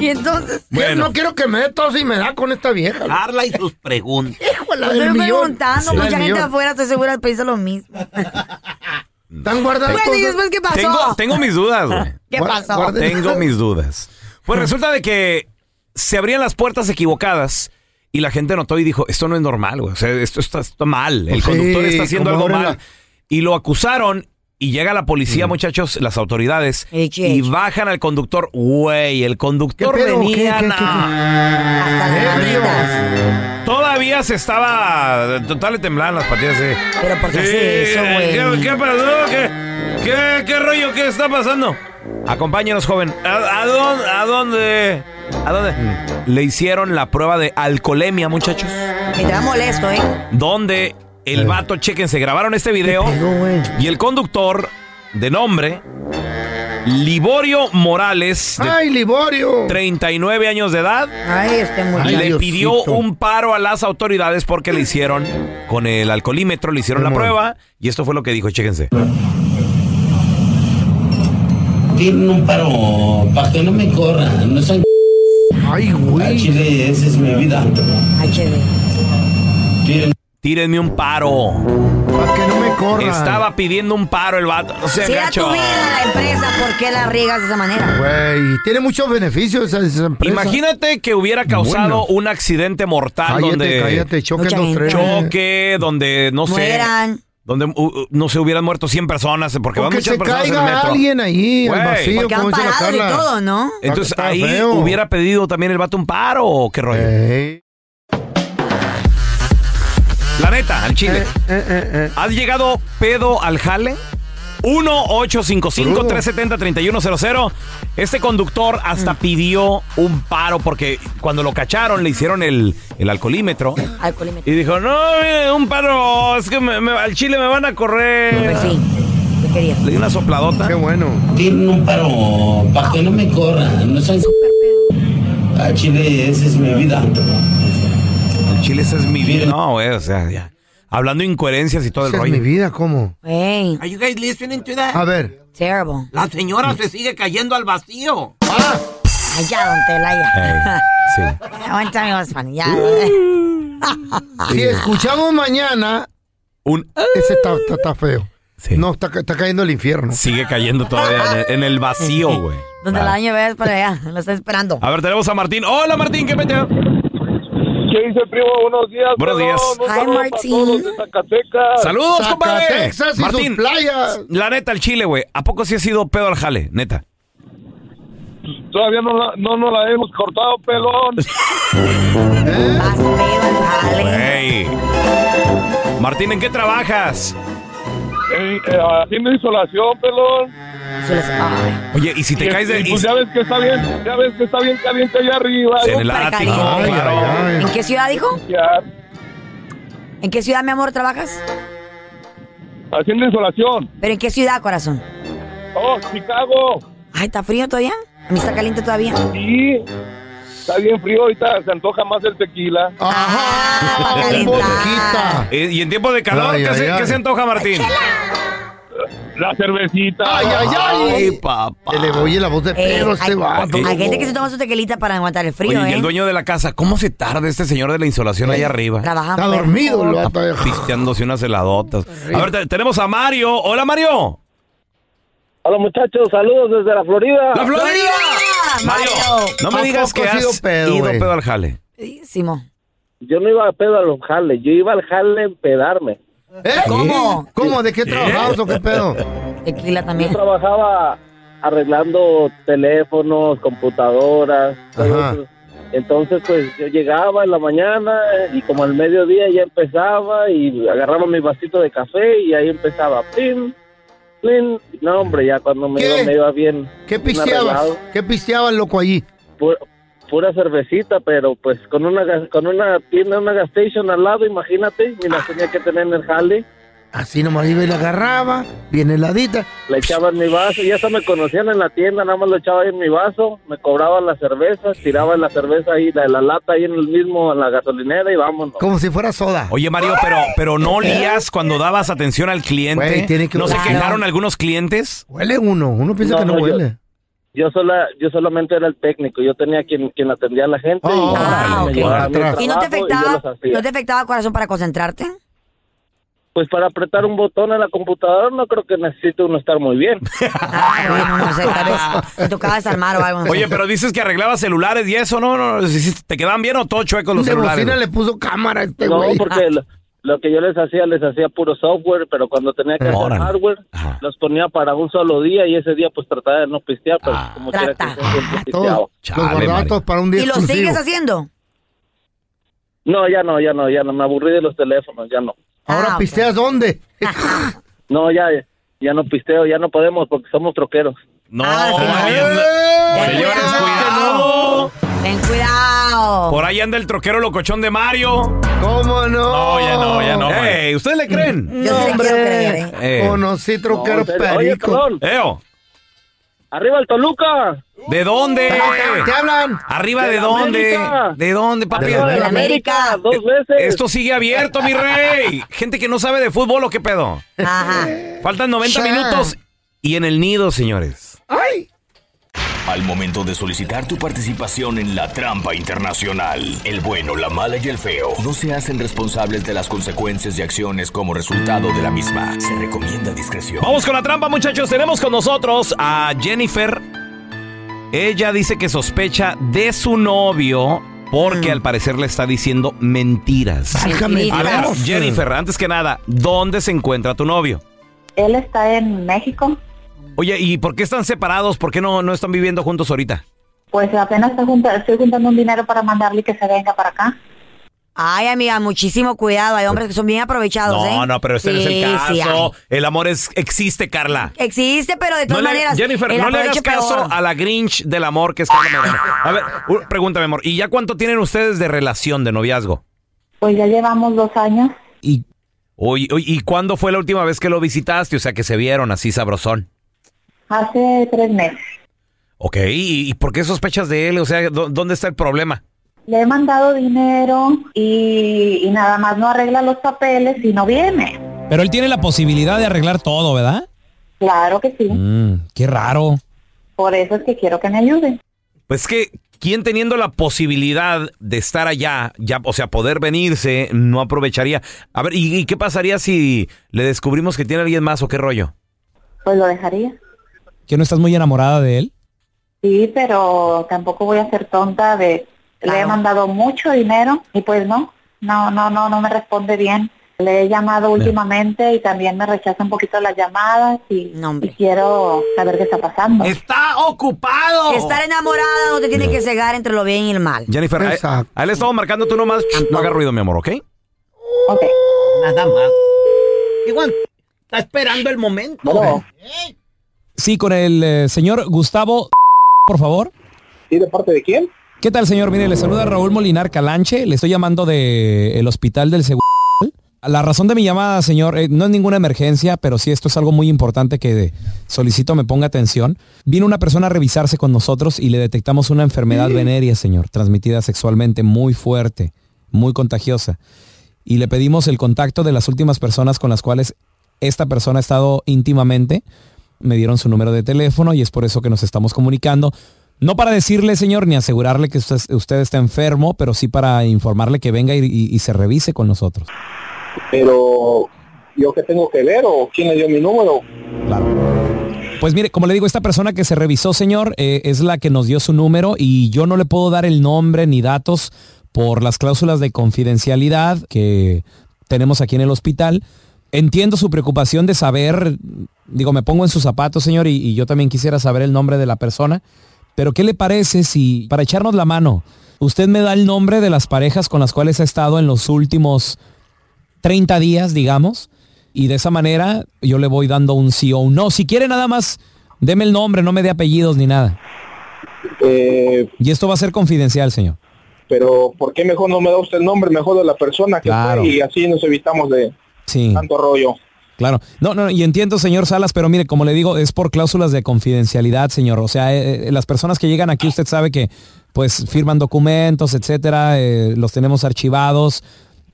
[SPEAKER 3] Y entonces.
[SPEAKER 1] Bueno.
[SPEAKER 2] No quiero que me dé tos y me da con esta vieja.
[SPEAKER 1] Carla y sus preguntas.
[SPEAKER 2] Híjole,
[SPEAKER 3] Estoy
[SPEAKER 2] del millón.
[SPEAKER 3] preguntando,
[SPEAKER 2] Sí.
[SPEAKER 3] mucha
[SPEAKER 2] Del
[SPEAKER 3] gente
[SPEAKER 2] millón.
[SPEAKER 3] afuera, estoy segura, piensa lo mismo.
[SPEAKER 2] ¿Están guardando?
[SPEAKER 3] Bueno, ¿y después qué pasó?
[SPEAKER 1] Tengo, tengo mis dudas, güey.
[SPEAKER 3] ¿Qué pasó? guarden-
[SPEAKER 1] Tengo mis dudas. Pues resulta de que se abrían las puertas equivocadas y la gente notó y dijo, esto no es normal, güey. O sea, esto está, está mal. El
[SPEAKER 2] Sí,
[SPEAKER 1] conductor está haciendo
[SPEAKER 2] como
[SPEAKER 1] algo
[SPEAKER 2] abren Mm.
[SPEAKER 1] mal. Y lo acusaron y llega la policía, muchachos, las autoridades, y bajan al conductor. Güey, el conductor
[SPEAKER 2] ¿Qué pedo?
[SPEAKER 1] venía...
[SPEAKER 2] ¿Qué, ¿Eh? qué,
[SPEAKER 1] na-
[SPEAKER 2] qué?
[SPEAKER 1] Todavía se estaba... Total, le temblaban las patillas. sí.
[SPEAKER 3] Pero ¿por qué hace eso,
[SPEAKER 1] ¿Qué,
[SPEAKER 3] güey?
[SPEAKER 1] qué pasó? ¿Qué, qué, qué rollo? ¿Qué está pasando? Acompáñenos, joven. ¿A, a dónde, ¿A dónde? ¿A dónde?
[SPEAKER 3] Mm.
[SPEAKER 1] Le hicieron la prueba de alcoholemia, muchachos.
[SPEAKER 3] Está molesto, ¿eh?
[SPEAKER 1] Donde
[SPEAKER 2] Eh.
[SPEAKER 1] el vato, chequen, se grabaron este video. Y el conductor, de nombre, Liborio Morales, de
[SPEAKER 2] ¡Ay, Liborio!
[SPEAKER 1] 39 años de edad,
[SPEAKER 3] Ay, este
[SPEAKER 1] y
[SPEAKER 3] muchacho.
[SPEAKER 1] le pidió un paro a las autoridades porque le hicieron, con el alcoholímetro, le hicieron la prueba. Y esto fue lo que dijo, chéquense.
[SPEAKER 8] Tienen un paro, para que no me corran, no sean
[SPEAKER 2] Ay, güey.
[SPEAKER 8] Chile, esa es mi vida. Tienen-
[SPEAKER 1] Tírenme un paro.
[SPEAKER 2] Para que no me corran.
[SPEAKER 1] Estaba pidiendo un paro el vato. No se
[SPEAKER 3] Si era tu vida la empresa, ¿por qué la riegas de esa manera?
[SPEAKER 2] Güey, tiene muchos beneficios esa, esa empresa.
[SPEAKER 1] Imagínate que hubiera causado un accidente mortal
[SPEAKER 2] Cállate,
[SPEAKER 1] donde
[SPEAKER 2] cállate, choquen
[SPEAKER 3] Mucha
[SPEAKER 2] los
[SPEAKER 3] gente.
[SPEAKER 2] trenes.
[SPEAKER 1] choque, donde no sé,
[SPEAKER 3] Mueran.
[SPEAKER 1] donde uh, uh, no se hubieran muerto 100 personas porque
[SPEAKER 2] O
[SPEAKER 1] van
[SPEAKER 2] que
[SPEAKER 1] muchas
[SPEAKER 2] se
[SPEAKER 1] personas en el
[SPEAKER 2] caiga
[SPEAKER 1] metro.
[SPEAKER 2] alguien ahí al
[SPEAKER 1] Güey.
[SPEAKER 2] vacío,
[SPEAKER 3] Porque
[SPEAKER 2] como
[SPEAKER 3] han
[SPEAKER 2] dice la
[SPEAKER 3] parado y
[SPEAKER 2] Carla.
[SPEAKER 3] todo, ¿no?
[SPEAKER 1] Entonces
[SPEAKER 2] Está
[SPEAKER 1] ahí
[SPEAKER 2] feo.
[SPEAKER 1] hubiera pedido también el vato un paro o qué rollo.
[SPEAKER 2] Ey.
[SPEAKER 1] La neta, al chile.
[SPEAKER 2] Eh, eh, eh.
[SPEAKER 1] ¿Has llegado pedo al jale? 1-855-370-3100. Este conductor
[SPEAKER 3] Mm.
[SPEAKER 1] hasta pidió un paro porque cuando lo cacharon le hicieron el, el alcoholímetro
[SPEAKER 3] Alcoholímetro.
[SPEAKER 1] y dijo, no, mire, un paro, es que me- me- al chile me van a correr.
[SPEAKER 3] Pues sí, te quería.
[SPEAKER 1] Le di una sopladota.
[SPEAKER 2] Qué bueno.
[SPEAKER 8] Tienen un paro, para que no me corran, no sean
[SPEAKER 1] Ah,
[SPEAKER 8] a Chile, esa es mi vida.
[SPEAKER 1] Al chile esa es mi vida. No, güey, o sea, ya. Hablando de incoherencias y todo el
[SPEAKER 2] Esa es
[SPEAKER 1] rollo.
[SPEAKER 2] mi vida, ¿cómo?
[SPEAKER 3] Wey,
[SPEAKER 9] Are you guys listening to that?
[SPEAKER 2] A ver.
[SPEAKER 3] terrible.
[SPEAKER 9] La señora se sigue cayendo al vacío.
[SPEAKER 1] Ah,
[SPEAKER 3] Ay, ya, don Telaya.
[SPEAKER 1] Ey, sí.
[SPEAKER 3] Aguántame, Osman, ya.
[SPEAKER 1] Ah.
[SPEAKER 2] Si escuchamos mañana,
[SPEAKER 1] Un-
[SPEAKER 2] ese está, está- está feo.
[SPEAKER 1] Sí.
[SPEAKER 2] No, está, ca- está cayendo el infierno.
[SPEAKER 1] Sigue cayendo todavía en el, en el vacío, güey. Ah.
[SPEAKER 3] Donde la daño ves para allá, lo está esperando.
[SPEAKER 1] A ver, tenemos a Martín. Hola, Martín, ¿qué meteo?
[SPEAKER 5] ¿Qué dice, primo? Buenos días.
[SPEAKER 1] Buenos días.
[SPEAKER 5] Un saludo pues,
[SPEAKER 3] Hi,
[SPEAKER 5] para
[SPEAKER 3] Martín.
[SPEAKER 5] todos de Zacatecas.
[SPEAKER 1] Saludos, compadre.
[SPEAKER 2] Zacatecas y sus playas.
[SPEAKER 1] La neta, el Chile, güey. ¿A poco sí ha sido pedo al jale? Neta.
[SPEAKER 5] Todavía no, la- no nos la hemos cortado, pelón.
[SPEAKER 3] Más pedo el jale.
[SPEAKER 1] Ey. Martín, ¿en qué trabajas?
[SPEAKER 5] Eh, eh, haciendo insolación, pelón.
[SPEAKER 3] Se les- ay.
[SPEAKER 1] Oye, y si te
[SPEAKER 5] Y-
[SPEAKER 1] caes de.
[SPEAKER 5] y
[SPEAKER 1] y
[SPEAKER 5] pues
[SPEAKER 1] si-
[SPEAKER 5] ya ves que está bien, ya ves que está bien caliente allá arriba.
[SPEAKER 1] en el
[SPEAKER 3] Súper
[SPEAKER 1] ático,
[SPEAKER 3] caliente.
[SPEAKER 2] Ay,
[SPEAKER 1] claro.
[SPEAKER 2] ay, ay.
[SPEAKER 3] ¿En qué ciudad, dijo?
[SPEAKER 5] Ya,
[SPEAKER 3] ¿En qué ciudad, mi amor, trabajas?
[SPEAKER 5] haciendo insolación.
[SPEAKER 3] ¿Pero en qué ciudad, corazón?
[SPEAKER 5] Oh, Chicago.
[SPEAKER 3] Ay, ¿está frío todavía? A mí está caliente todavía.
[SPEAKER 5] Sí. Está bien frío ahorita, se antoja más el tequila.
[SPEAKER 3] Ah,
[SPEAKER 2] Ajá.
[SPEAKER 3] para
[SPEAKER 2] Qué
[SPEAKER 3] calentar.
[SPEAKER 2] boquita.
[SPEAKER 1] Eh, Y en tiempo de calor,
[SPEAKER 2] Ah. Ay,
[SPEAKER 1] ¿qué,
[SPEAKER 2] ay,
[SPEAKER 1] se,
[SPEAKER 2] ay.
[SPEAKER 1] qué se antoja, Martín?
[SPEAKER 10] La cervecita.
[SPEAKER 2] Ay, ay, ay.
[SPEAKER 1] papá.
[SPEAKER 2] le oye la voz de pedo a este
[SPEAKER 3] Eh, hay,
[SPEAKER 2] vato.
[SPEAKER 3] hay gente que se toma su tequilita para aguantar el
[SPEAKER 1] Oye,
[SPEAKER 3] frío,
[SPEAKER 1] y el
[SPEAKER 3] ¿eh?
[SPEAKER 1] dueño de la casa, ¿cómo se tarda este señor de la insolación ahí arriba?
[SPEAKER 3] Trabaja
[SPEAKER 2] Está dormido el vato.
[SPEAKER 1] Pisteándose unas heladotas. A ver, te- tenemos a Mario. Hola, Mario.
[SPEAKER 11] Hola muchachos, saludos desde la Florida.
[SPEAKER 1] ¡La Florida! Mario, no me
[SPEAKER 11] ¿A
[SPEAKER 1] digas
[SPEAKER 11] poco
[SPEAKER 1] que
[SPEAKER 11] has ido
[SPEAKER 1] has
[SPEAKER 11] pedo,
[SPEAKER 1] ido
[SPEAKER 11] güey?
[SPEAKER 1] pedo al jale.
[SPEAKER 11] Yo no iba a pedo a los jales, yo iba al jale a empedarme.
[SPEAKER 2] ¿Cómo? ¿Eh? ¿Cómo? ¿De qué trabajabas o qué pedo?
[SPEAKER 3] Tequila también.
[SPEAKER 11] Yo trabajaba arreglando teléfonos, computadoras, todo
[SPEAKER 2] Ajá.
[SPEAKER 11] eso. Entonces, pues yo llegaba en la mañana y como al mediodía ya empezaba y agarraba mi vasito de café y ahí empezaba. Plin, plin. No, hombre, ya cuando me, iba, me iba bien.
[SPEAKER 2] ¿Qué
[SPEAKER 11] bien
[SPEAKER 2] pisteabas?
[SPEAKER 11] arreglado.
[SPEAKER 2] ¿Qué pisteabas, loco, allí?
[SPEAKER 11] Pu- pura cervecita, pero pues con una gas- con una tiene una gas station al lado, imagínate, ni
[SPEAKER 2] Ah.
[SPEAKER 11] la tenía que tener en el jale.
[SPEAKER 2] Así nomás iba y la agarraba, bien heladita.
[SPEAKER 11] Le echaban mi vaso, ya se me conocían en la tienda, nada más lo echaba ahí en mi vaso, me cobraban la cerveza, tiraba la cerveza ahí, la, la lata ahí en el mismo, en la gasolinera y vámonos.
[SPEAKER 2] Como si fuera soda.
[SPEAKER 1] Oye, Mario, pero, pero no olías cuando dabas atención al cliente.
[SPEAKER 2] ¿Eh? Güey, tiene que
[SPEAKER 1] ¿No se
[SPEAKER 2] oler.
[SPEAKER 1] quejaron algunos clientes?
[SPEAKER 2] Huele uno, uno piensa
[SPEAKER 11] No,
[SPEAKER 2] que no,
[SPEAKER 11] no, yo-
[SPEAKER 2] huele.
[SPEAKER 11] Yo sola, yo solamente era el técnico, yo tenía quien, quien atendía a la gente y,
[SPEAKER 2] Ah,
[SPEAKER 11] me
[SPEAKER 2] ok.
[SPEAKER 11] llevaba a mi
[SPEAKER 2] Atrás.
[SPEAKER 3] ¿Y no te
[SPEAKER 11] trabajo y yo
[SPEAKER 3] afectaba,
[SPEAKER 11] los hacía.
[SPEAKER 3] no te afectaba corazón para concentrarte?
[SPEAKER 11] Pues para apretar un botón en la computadora no creo que necesite uno estar muy bien.
[SPEAKER 3] No sé, tal vez te tocaba desarmar o algo. no sé.
[SPEAKER 1] Oye, pero dices que arreglabas celulares y eso, ¿no? no, no, si- si ¿Te quedan bien o todo chueco los
[SPEAKER 11] De
[SPEAKER 1] celulares?
[SPEAKER 11] bocina
[SPEAKER 1] güey?
[SPEAKER 2] le puso cámara a este
[SPEAKER 11] No,
[SPEAKER 2] güey. eh,
[SPEAKER 11] porque lo, lo que yo les hacía, les hacía puro software, pero cuando tenía que hacer
[SPEAKER 1] Órale.
[SPEAKER 11] hardware, los ponía para un solo día y ese día pues trataba de no pistear, pero
[SPEAKER 1] Ah.
[SPEAKER 11] como quiera que sea, siempre pisteaba.
[SPEAKER 2] Todos, los guardaba todos para un día
[SPEAKER 3] ¿Y lo
[SPEAKER 2] exclusivo.
[SPEAKER 3] sigues haciendo?
[SPEAKER 11] No, ya no, ya no, ya no, me aburrí de los teléfonos, ya no.
[SPEAKER 2] ¿Ahora pisteas dónde?
[SPEAKER 11] No, ya, ya no pisteo, ya no podemos porque somos troqueros.
[SPEAKER 1] No,
[SPEAKER 3] Ten cuidado.
[SPEAKER 1] Por ahí anda el troquero locochón de Mario.
[SPEAKER 2] ¿Cómo no?
[SPEAKER 1] No, ya no, ya no. Ey, ¿ustedes le creen?
[SPEAKER 2] Yo sí le quiero creer,
[SPEAKER 1] Eh.
[SPEAKER 2] Conocí troquero
[SPEAKER 11] No, en serio. Oye,
[SPEAKER 2] perico.
[SPEAKER 11] cabrón.
[SPEAKER 1] Eo.
[SPEAKER 11] ¡Arriba el Toluca!
[SPEAKER 1] ¿De dónde?
[SPEAKER 2] ¿Qué hablan?
[SPEAKER 1] ¿Arriba de,
[SPEAKER 11] De la
[SPEAKER 1] dónde?
[SPEAKER 11] América.
[SPEAKER 1] ¿De dónde, papi?
[SPEAKER 11] Arriba de la América, dos veces.
[SPEAKER 1] Esto sigue abierto, mi rey. Gente que no sabe de fútbol, ¿o qué pedo?
[SPEAKER 3] Ajá.
[SPEAKER 1] Faltan 90
[SPEAKER 3] Sha.
[SPEAKER 1] minutos y en el nido, señores.
[SPEAKER 12] Al momento de solicitar tu participación en la trampa internacional, el bueno, la mala y el feo no se hacen responsables de las consecuencias y acciones como resultado de la misma. Se recomienda discreción.
[SPEAKER 1] Vamos con la trampa, muchachos. Tenemos con nosotros a Jennifer. Ella dice que sospecha de su novio porque al parecer le está diciendo mentiras.
[SPEAKER 13] Válgame
[SPEAKER 1] A ver,
[SPEAKER 13] Dios.
[SPEAKER 1] Jennifer, antes que nada, ¿dónde se encuentra tu novio?
[SPEAKER 13] Él está en México,
[SPEAKER 1] Oye, ¿y por qué están separados? ¿Por qué no, no están viviendo juntos ahorita?
[SPEAKER 13] pues apenas está junta- estoy juntando un dinero para mandarle que se venga para acá.
[SPEAKER 3] Ay, amiga, muchísimo cuidado. Hay hombres que son bien aprovechados, ¿eh?
[SPEAKER 1] No, no, pero este no es
[SPEAKER 3] Sí,
[SPEAKER 1] el
[SPEAKER 3] sí,
[SPEAKER 1] caso. el amor es, existe, Carla.
[SPEAKER 3] hay. Existe, pero de
[SPEAKER 1] No
[SPEAKER 3] todas
[SPEAKER 1] le-
[SPEAKER 3] maneras.
[SPEAKER 1] Jennifer,
[SPEAKER 3] el
[SPEAKER 1] no le hagas
[SPEAKER 3] aprovecho
[SPEAKER 1] caso
[SPEAKER 3] peor.
[SPEAKER 1] a la Grinch del amor que es Carla Medrano. A ver, u- pregúntame, amor, ¿y ya cuánto tienen ustedes de relación, de noviazgo?
[SPEAKER 13] Pues ya llevamos dos años,
[SPEAKER 1] Oye, oye, ¿y cuándo fue la última vez que lo visitaste? O sea, que se vieron así sabrosón.
[SPEAKER 13] hace tres meses.
[SPEAKER 1] Ok, ¿y, y por qué sospechas de él? O sea, ¿dó- ¿dónde está el problema?
[SPEAKER 13] Le he mandado dinero y, y nada más no arregla los papeles y no viene.
[SPEAKER 14] Pero él tiene la posibilidad de arreglar todo, ¿verdad?
[SPEAKER 13] Claro que
[SPEAKER 1] Mm.
[SPEAKER 13] sí,
[SPEAKER 14] Qué raro.
[SPEAKER 13] por eso es que quiero que me ayude.
[SPEAKER 1] Pues que, ¿quién teniendo la posibilidad de estar allá, ya, o sea, poder venirse, no aprovecharía? A ver, ¿y, y qué pasaría si le descubrimos que tiene alguien más o qué rollo?
[SPEAKER 13] Pues lo dejaría.
[SPEAKER 14] ¿Que no estás muy enamorada de él?
[SPEAKER 13] Sí, pero tampoco voy a ser tonta de le he mandado mucho dinero y pues no, no, no, no, no me responde bien. Le he llamado últimamente y también me rechaza un poquito las llamadas y, y quiero saber qué está pasando.
[SPEAKER 1] Está ocupado.
[SPEAKER 3] Estar enamorada no te tiene que cegar entre lo bien y el mal.
[SPEAKER 1] Jennifer,
[SPEAKER 2] Pues,
[SPEAKER 1] ahí- ahí le estamos marcando tú nomás. No haga ruido, mi amor, ¿ok?
[SPEAKER 13] Ok.
[SPEAKER 9] Nada más. Igual, está esperando el momento.
[SPEAKER 14] Sí, con el eh, señor Gustavo, por favor.
[SPEAKER 15] ¿Y de parte de quién?
[SPEAKER 14] ¿Qué tal, señor? Mire, le saluda Raúl Molinar Calanche. Le estoy llamando del el hospital del seguro. La razón de mi llamada, señor, eh, no es ninguna emergencia, pero sí esto es algo muy importante que solicito me ponga atención. Vino una persona a revisarse con nosotros y le detectamos una enfermedad venérea, señor, transmitida sexualmente muy fuerte, muy contagiosa. Y le pedimos el contacto de las últimas personas con las cuales
[SPEAKER 1] esta persona ha estado íntimamente. Me dieron su número de teléfono y es por eso que nos estamos comunicando. No para decirle, señor, ni asegurarle que usted, usted está enfermo, pero sí para informarle que venga y, y- y se revise con nosotros.
[SPEAKER 14] Pero yo qué tengo que ver o quién le dio mi número.
[SPEAKER 1] Pues mire, como le digo, esta persona que se revisó, señor, eh, es la que nos dio su número y yo no le puedo dar el nombre ni datos por las cláusulas de confidencialidad que tenemos aquí en el hospital. Entiendo su preocupación de saber, digo, me pongo en sus zapatos, señor, y, y yo también quisiera saber el nombre de la persona, pero ¿qué le parece si, para echarnos la mano, usted me da el nombre de las parejas con las cuales ha estado en los últimos 30 días, digamos, y de esa manera yo le voy dando un sí o un no. Si quiere nada más, deme el nombre, no me dé apellidos ni nada. y esto va a ser confidencial, señor.
[SPEAKER 14] Pero ¿por qué mejor no me da usted el nombre mejor de la persona que
[SPEAKER 1] Claro.
[SPEAKER 14] fue y así nos evitamos de
[SPEAKER 1] Sí.
[SPEAKER 14] tanto rollo?
[SPEAKER 1] Claro. No, no, y entiendo, señor Salas, pero mire, como le digo, es por cláusulas de confidencialidad, señor. O sea, eh, eh, las personas que llegan aquí, usted sabe que pues firman documentos, etcétera, eh, los tenemos archivados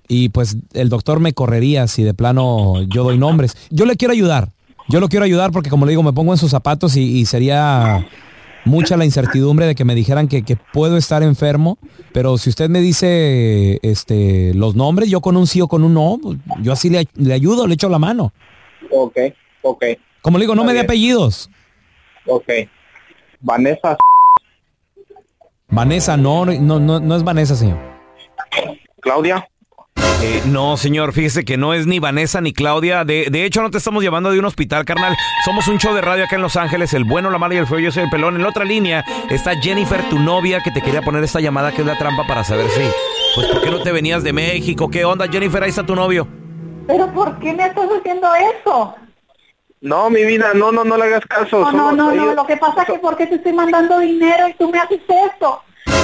[SPEAKER 1] y pues el doctor me correría si de plano yo doy nombres. Yo le quiero ayudar. Yo lo quiero ayudar porque como le digo, me pongo en sus zapatos y, y sería mucha la incertidumbre de que me dijeran que, que puedo estar enfermo, pero si usted me dice este los nombres, yo con un sí o con un no, yo así le, le ayudo, le echo la mano.
[SPEAKER 14] Ok, ok,
[SPEAKER 1] Como le digo, no me dé apellidos.
[SPEAKER 14] ok. Vanessa,
[SPEAKER 1] Vanessa, no, no, no, no es Vanessa, señor.
[SPEAKER 14] Claudia.
[SPEAKER 5] Eh, no, señor, fíjese que no es ni Vanessa ni Claudia. De, de hecho, no te estamos llamando de un hospital, carnal. Somos un show de radio acá en Los Ángeles, el bueno, la mala y el feo. Yo soy el pelón. En la otra línea está Jennifer, tu novia, que te quería poner esta llamada que es la trampa para saber si. Pues, ¿por qué no te venías de México? ¿Qué onda, Jennifer? Ahí está tu novio.
[SPEAKER 13] Pero ¿por qué me estás haciendo eso?
[SPEAKER 14] No, mi vida, no, no, no le hagas caso.
[SPEAKER 13] No, no,
[SPEAKER 14] somos
[SPEAKER 13] no, no,
[SPEAKER 14] ellos.
[SPEAKER 13] lo que pasa es que porque te estoy mandando dinero y tú me haces esto.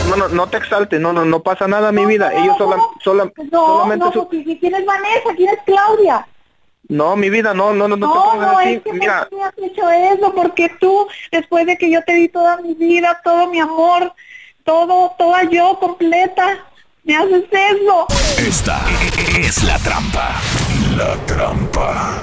[SPEAKER 14] No, no, no te exaltes, no, no, no pasa nada, mi vida. Ellos sola, sola-
[SPEAKER 13] No,
[SPEAKER 14] solamente
[SPEAKER 13] no,
[SPEAKER 14] su-
[SPEAKER 13] porque ¿quién es Vanessa? ¿Quién es Claudia?
[SPEAKER 14] No, mi vida, no, no, no, no, te
[SPEAKER 13] No,
[SPEAKER 14] pongas
[SPEAKER 13] no,
[SPEAKER 14] así.
[SPEAKER 13] es que
[SPEAKER 14] Mira,
[SPEAKER 13] ¿por qué has hecho eso? Porque tú, después de que yo te di toda mi vida, todo mi amor, todo, toda yo completa, me haces eso.
[SPEAKER 12] Esta es la trampa. La trampa.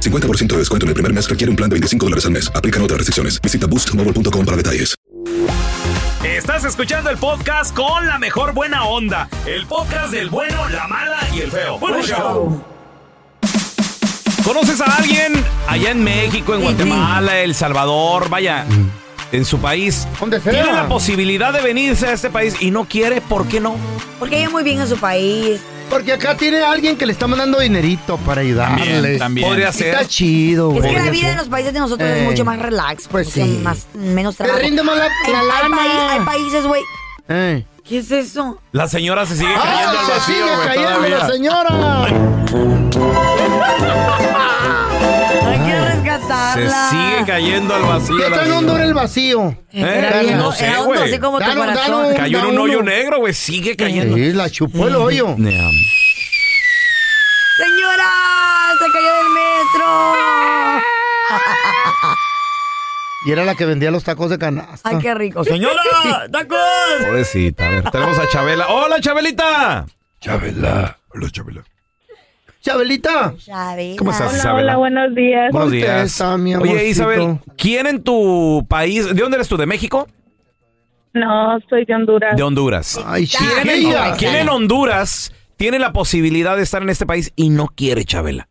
[SPEAKER 7] 50% de descuento en el primer mes requiere un plan de 25 dólares al mes. Aplican otras restricciones. Visita boostmobile.com para detalles.
[SPEAKER 5] Estás escuchando el podcast con la mejor buena onda. El podcast del bueno, la mala y el feo. Bueno, show. ¿Conoces a alguien allá en México, en Guatemala, El Salvador, vaya, en su país? Donde
[SPEAKER 2] Mm. sea.
[SPEAKER 5] Tiene la posibilidad de venirse a este país y no quiere, ¿por qué no?
[SPEAKER 2] Porque ella muy bien en su país. Porque acá tiene alguien que le está mandando dinerito para ayudarle.
[SPEAKER 5] También, también. Podría
[SPEAKER 2] Y
[SPEAKER 5] ser.
[SPEAKER 2] Está chido,
[SPEAKER 3] Es que
[SPEAKER 2] güey.
[SPEAKER 3] la vida en los países de nosotros es
[SPEAKER 2] Eh,
[SPEAKER 3] mucho más relax. Pues
[SPEAKER 2] sí.
[SPEAKER 3] más, menos
[SPEAKER 2] Te
[SPEAKER 3] trabajo.
[SPEAKER 2] rinde más la-
[SPEAKER 3] Hay-
[SPEAKER 2] la
[SPEAKER 3] hay
[SPEAKER 2] lana.
[SPEAKER 3] paí- hay países, güey.
[SPEAKER 2] Eh.
[SPEAKER 3] ¿Qué es eso?
[SPEAKER 5] La señora se sigue cayendo
[SPEAKER 1] Ah,
[SPEAKER 5] al
[SPEAKER 2] Ah, se
[SPEAKER 5] vacío,
[SPEAKER 2] sigue
[SPEAKER 5] güey,
[SPEAKER 2] cayendo
[SPEAKER 5] todavía.
[SPEAKER 2] la señora!
[SPEAKER 3] Hay que rescatarla.
[SPEAKER 5] Se sigue cayendo al vacío.
[SPEAKER 2] ¿Qué
[SPEAKER 5] la
[SPEAKER 2] tan
[SPEAKER 5] señora.
[SPEAKER 2] hondo era el vacío?
[SPEAKER 3] Eh,
[SPEAKER 5] Era bien- no sé, güey.
[SPEAKER 2] Dan- dan un-
[SPEAKER 5] Cayó en
[SPEAKER 2] dan
[SPEAKER 5] un hoyo
[SPEAKER 2] uno.
[SPEAKER 5] negro, güey. Sigue cayendo. Mm.
[SPEAKER 2] Sí, la chupó el hoyo.
[SPEAKER 3] ¡Señora! ¡Se cayó del metro!
[SPEAKER 2] Y era la que vendía los tacos de canasta.
[SPEAKER 3] Ay, qué rico.
[SPEAKER 1] ¡Señora!
[SPEAKER 3] ¡Tacos!
[SPEAKER 1] Pobrecita. A ver, tenemos a Chabela. ¡Hola, Chabelita! Chabela. Hola, Chabela.
[SPEAKER 2] Chabelita.
[SPEAKER 1] ¿Cómo estás,
[SPEAKER 6] hola,
[SPEAKER 1] Isabela?
[SPEAKER 6] hola, buenos días.
[SPEAKER 1] Buenos días. Oye, Isabel, ¿quién en tu país? ¿De dónde eres tú? ¿De México?
[SPEAKER 6] No, soy de Honduras.
[SPEAKER 1] De Honduras. ¿Quién en-
[SPEAKER 6] chiquilla.
[SPEAKER 1] ¿Quién en Honduras tiene la posibilidad de estar en este país y no quiere, Chabela?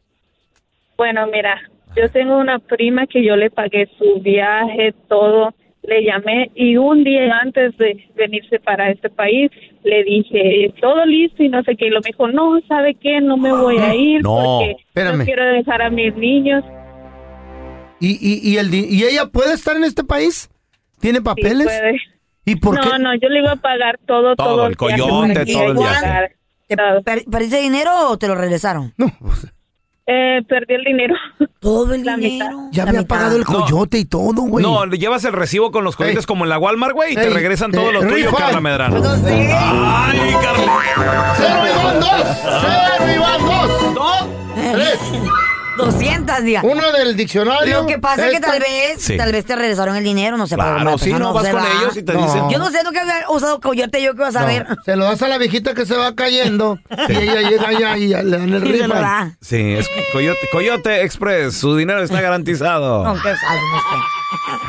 [SPEAKER 6] Bueno, mira, yo tengo una prima que yo le pagué su viaje, todo, le llamé y un día antes de venirse para este país le dije, todo listo y no sé qué, y lo me dijo, no, ¿sabe qué? No me voy a ir
[SPEAKER 2] No,
[SPEAKER 6] porque
[SPEAKER 2] espérame.
[SPEAKER 6] no quiero dejar a mis niños.
[SPEAKER 2] ¿Y, y, y, el di- ¿Y ella puede estar en este país? ¿Tiene papeles?
[SPEAKER 6] puede.
[SPEAKER 2] ¿Y por
[SPEAKER 6] no,
[SPEAKER 2] qué?
[SPEAKER 6] no, yo le iba a pagar todo, todo.
[SPEAKER 2] Todo, el
[SPEAKER 6] viaje
[SPEAKER 2] coyote,
[SPEAKER 6] para que
[SPEAKER 2] todo el
[SPEAKER 6] llegara.
[SPEAKER 2] viaje.
[SPEAKER 3] ¿Te per- ¿Perdiste dinero o te lo regresaron?
[SPEAKER 2] No.
[SPEAKER 6] Eh, perdí el dinero.
[SPEAKER 3] Todo el
[SPEAKER 6] dinero.
[SPEAKER 2] Ya había pagado el coyote y todo, güey.
[SPEAKER 1] No, le llevas el recibo con los cohetes como en la Walmart, güey, y te
[SPEAKER 2] Ey,
[SPEAKER 1] regresan
[SPEAKER 2] eh,
[SPEAKER 1] todo lo tuyo,
[SPEAKER 2] refund.
[SPEAKER 1] Carla Medrano. ¡Ay, Carla!
[SPEAKER 2] ¡Cero y van dos! ¡Cero y van dos!
[SPEAKER 1] ¡Dos!
[SPEAKER 2] ¡Tres!
[SPEAKER 3] 200, Eh, diga.
[SPEAKER 2] Uno del diccionario.
[SPEAKER 3] Lo que pasa es que
[SPEAKER 2] Esta-
[SPEAKER 3] tal vez,
[SPEAKER 2] Sí.
[SPEAKER 3] tal vez te regresaron el dinero, no sé. pero
[SPEAKER 2] Claro,
[SPEAKER 3] la
[SPEAKER 2] sí,
[SPEAKER 3] persona
[SPEAKER 2] no, vas
[SPEAKER 3] se
[SPEAKER 2] con
[SPEAKER 3] va.
[SPEAKER 2] ellos y te dicen-
[SPEAKER 3] Yo no sé, nunca había usado coyote, yo qué vas a
[SPEAKER 2] No,
[SPEAKER 3] ver.
[SPEAKER 2] Se lo das a la viejita que se va cayendo y ella llega allá y ya le dan el
[SPEAKER 3] Y se lo
[SPEAKER 2] rifle.
[SPEAKER 3] da.
[SPEAKER 1] Sí, es Coyote, Coyote Express, su dinero está
[SPEAKER 2] Oh.
[SPEAKER 1] garantizado.
[SPEAKER 3] Aunque sabe, no sé.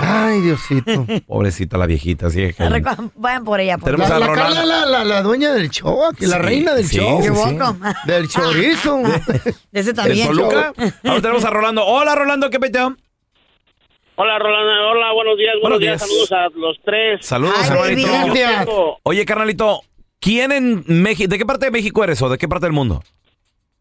[SPEAKER 2] Ay, Diosito.
[SPEAKER 1] Pobrecita la viejita, sí. es que-
[SPEAKER 3] Recu- Vayan por ella. Por
[SPEAKER 1] Tenemos
[SPEAKER 2] La,
[SPEAKER 1] a
[SPEAKER 2] la
[SPEAKER 1] Rolando.
[SPEAKER 2] Carla, la, la- la dueña del show, aquí, la
[SPEAKER 1] Sí,
[SPEAKER 2] reina del
[SPEAKER 1] sí,
[SPEAKER 2] show.
[SPEAKER 1] sí,
[SPEAKER 2] Qué
[SPEAKER 1] sí.
[SPEAKER 2] guaco. Del chorizo.
[SPEAKER 3] De ese
[SPEAKER 1] ¿El Toluca? Ahora tenemos a Rolando. Hola, Rolando, ¿qué peteo?
[SPEAKER 10] Hola, Rolando. Hola, buenos días. Buenos,
[SPEAKER 1] Buenos
[SPEAKER 10] días.
[SPEAKER 1] días.
[SPEAKER 10] Saludos a los tres.
[SPEAKER 1] Saludos, hermanito.
[SPEAKER 10] Gracias.
[SPEAKER 1] Oye, carnalito, ¿quién en México, de qué parte de México eres o de qué parte del mundo?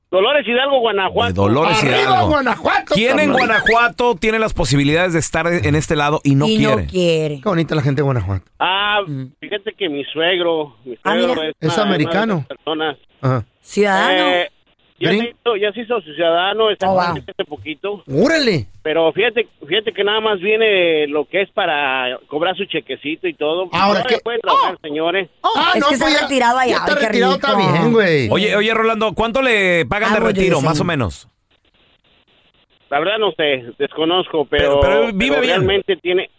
[SPEAKER 10] Dolores Hidalgo, Guanajuato.
[SPEAKER 1] De Dolores Hidalgo.
[SPEAKER 2] Guanajuato!
[SPEAKER 1] ¿Quién en
[SPEAKER 2] carnal.
[SPEAKER 1] Guanajuato tiene las posibilidades de estar en este lado y no quiere?
[SPEAKER 2] Qué bonita la gente de Guanajuato.
[SPEAKER 10] Ah, fíjate que mi suegro, mi suegro
[SPEAKER 2] Ah, mira.
[SPEAKER 10] es,
[SPEAKER 2] Es
[SPEAKER 10] una-
[SPEAKER 2] americano.
[SPEAKER 10] una de esas personas.
[SPEAKER 2] Ajá.
[SPEAKER 10] Eh, ya, se
[SPEAKER 2] Gring.
[SPEAKER 10] hizo, ya se hizo su ciudadano está hace poquito.
[SPEAKER 2] ¡Órale!
[SPEAKER 10] Pero fíjate, fíjate que nada más viene lo que es para cobrar su chequecito y todo.
[SPEAKER 2] Ahora,
[SPEAKER 10] no
[SPEAKER 2] ¿qué?
[SPEAKER 10] se puede trabajar, señores.
[SPEAKER 2] Ah,
[SPEAKER 3] es que se ha retirado allá.
[SPEAKER 2] está
[SPEAKER 3] ay, qué
[SPEAKER 2] retirado,
[SPEAKER 3] rico.
[SPEAKER 2] está bien, güey.
[SPEAKER 1] Oye, oye, Rolando, ¿cuánto le pagan
[SPEAKER 10] Ah,
[SPEAKER 1] de
[SPEAKER 10] bueno,
[SPEAKER 1] retiro,
[SPEAKER 10] sí.
[SPEAKER 1] más o menos?
[SPEAKER 10] La verdad no sé, desconozco,
[SPEAKER 1] Pero-
[SPEAKER 10] pero,
[SPEAKER 1] pero él vive bien.
[SPEAKER 10] realmente tiene...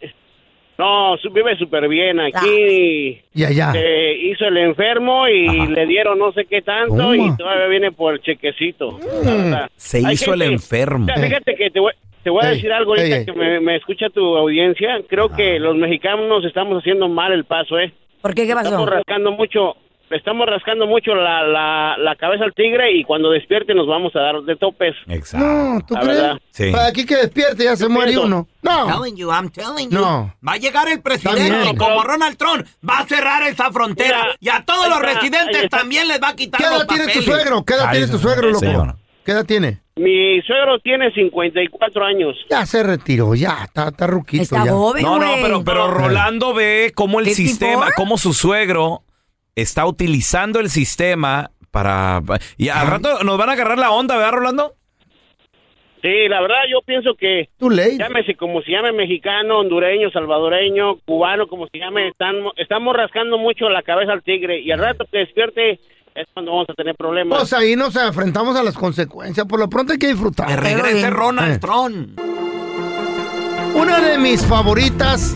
[SPEAKER 10] No, su- vive súper bien
[SPEAKER 3] Ah.
[SPEAKER 10] aquí.
[SPEAKER 2] Y allá.
[SPEAKER 10] Se hizo el enfermo y le dieron no sé qué tanto
[SPEAKER 1] Toma. Mm.
[SPEAKER 10] y todavía viene por el chequecito. la
[SPEAKER 2] Mm.
[SPEAKER 10] verdad.
[SPEAKER 1] Se
[SPEAKER 10] Hay
[SPEAKER 1] hizo el
[SPEAKER 10] gente-
[SPEAKER 1] enfermo.
[SPEAKER 10] Mira, Fíjate que te voy, te voy a
[SPEAKER 1] Ey,
[SPEAKER 10] decir algo ahorita
[SPEAKER 1] ey, ey. Ah.
[SPEAKER 10] que me, me escucha tu audiencia. Creo que los mexicanos estamos haciendo mal el paso, ¿eh?
[SPEAKER 3] ¿Por qué? ¿Qué pasó?
[SPEAKER 10] Estamos rascando mucho... Estamos rascando mucho la, la, la cabeza al tigre y cuando despierte nos vamos a dar de topes.
[SPEAKER 1] Exacto.
[SPEAKER 2] No, ¿tú
[SPEAKER 10] La
[SPEAKER 2] crees?
[SPEAKER 10] verdad. Sí.
[SPEAKER 2] Para aquí que despierte ya se muere
[SPEAKER 10] pienso-
[SPEAKER 2] uno. No.
[SPEAKER 9] Telling you, I'm telling you.
[SPEAKER 2] No.
[SPEAKER 9] Va a llegar el
[SPEAKER 2] Está
[SPEAKER 9] presidente
[SPEAKER 2] bien.
[SPEAKER 9] y como Ronald Trump va a cerrar esa frontera
[SPEAKER 10] Mira,
[SPEAKER 9] y a todos
[SPEAKER 10] ahí
[SPEAKER 9] los
[SPEAKER 10] está, ahí
[SPEAKER 9] residentes
[SPEAKER 10] está.
[SPEAKER 9] también les va a quitar
[SPEAKER 2] ¿Qué
[SPEAKER 9] los
[SPEAKER 2] edad tiene tu
[SPEAKER 9] papeles.
[SPEAKER 2] suegro? ¿Qué edad tiene tu suegro, loco? ¿Qué edad tiene?
[SPEAKER 10] Mi suegro tiene 54 años.
[SPEAKER 2] Ya se retiró, ya, está, está ruquito. ya.
[SPEAKER 1] No, no, pero, pero
[SPEAKER 2] eh.
[SPEAKER 1] Rolando ve cómo el
[SPEAKER 2] ¿Qué tipo?
[SPEAKER 1] sistema, cómo su suegro está utilizando el sistema para... Y al rato nos van a agarrar la onda, ¿verdad, Rolando?
[SPEAKER 10] Sí, la verdad yo pienso que llámese como se llame mexicano, hondureño, salvadoreño, cubano, como se llame, están, estamos rascando mucho la cabeza al tigre y al rato que despierte es cuando vamos a tener problemas.
[SPEAKER 2] Pues ahí nos enfrentamos a las consecuencias. Por lo pronto hay que disfrutar.
[SPEAKER 10] Que regrese Ronald
[SPEAKER 2] Tron. Una de mis favoritas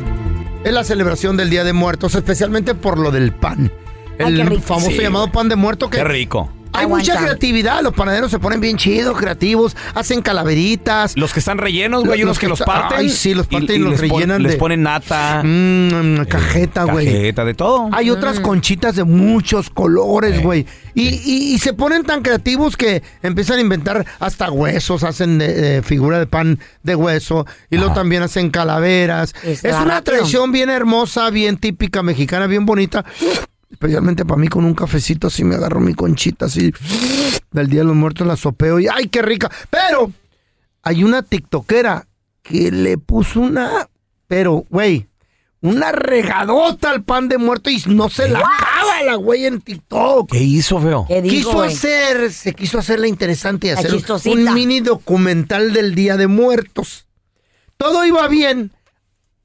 [SPEAKER 2] es la celebración del Día de Muertos, especialmente por lo del pan.
[SPEAKER 1] Ay,
[SPEAKER 2] El
[SPEAKER 1] qué rico.
[SPEAKER 2] famoso
[SPEAKER 1] Sí.
[SPEAKER 2] llamado pan de muerto que
[SPEAKER 1] Qué rico.
[SPEAKER 2] Hay mucha creatividad, los panaderos se ponen bien chidos, creativos, hacen calaveritas.
[SPEAKER 1] Los que están rellenos, güey,
[SPEAKER 2] Los-
[SPEAKER 1] unos que los
[SPEAKER 2] está-
[SPEAKER 1] parten.
[SPEAKER 2] Ay, sí, los parten y, los
[SPEAKER 1] les pon-
[SPEAKER 2] rellenan
[SPEAKER 1] Les
[SPEAKER 2] de-
[SPEAKER 1] ponen Eh, nata.
[SPEAKER 2] Mm, cajeta, güey.
[SPEAKER 1] Cajeta, de todo.
[SPEAKER 2] Hay otras conchitas de muchos colores, güey. Y, y- y se ponen tan creativos que empiezan a inventar hasta huesos, hacen de, de figura de pan de hueso y luego también hacen calaveras. Es,
[SPEAKER 1] la
[SPEAKER 2] una
[SPEAKER 1] ración.
[SPEAKER 2] tradición bien hermosa, bien típica mexicana, bien bonita. Especialmente para mí con un cafecito así me agarro mi conchita así del Día de los Muertos la sopeo y ¡ay, qué rica! Pero hay una tiktokera que le puso una, pero, güey, una regadota al pan de muerto y no se la acaba la güey en TikTok.
[SPEAKER 1] Oh, ¿Qué hizo, feo?
[SPEAKER 2] quiso hacer, se quiso hacerla interesante y
[SPEAKER 1] La
[SPEAKER 2] hacer
[SPEAKER 1] chistosita.
[SPEAKER 2] un mini documental del Día de Muertos. Todo iba bien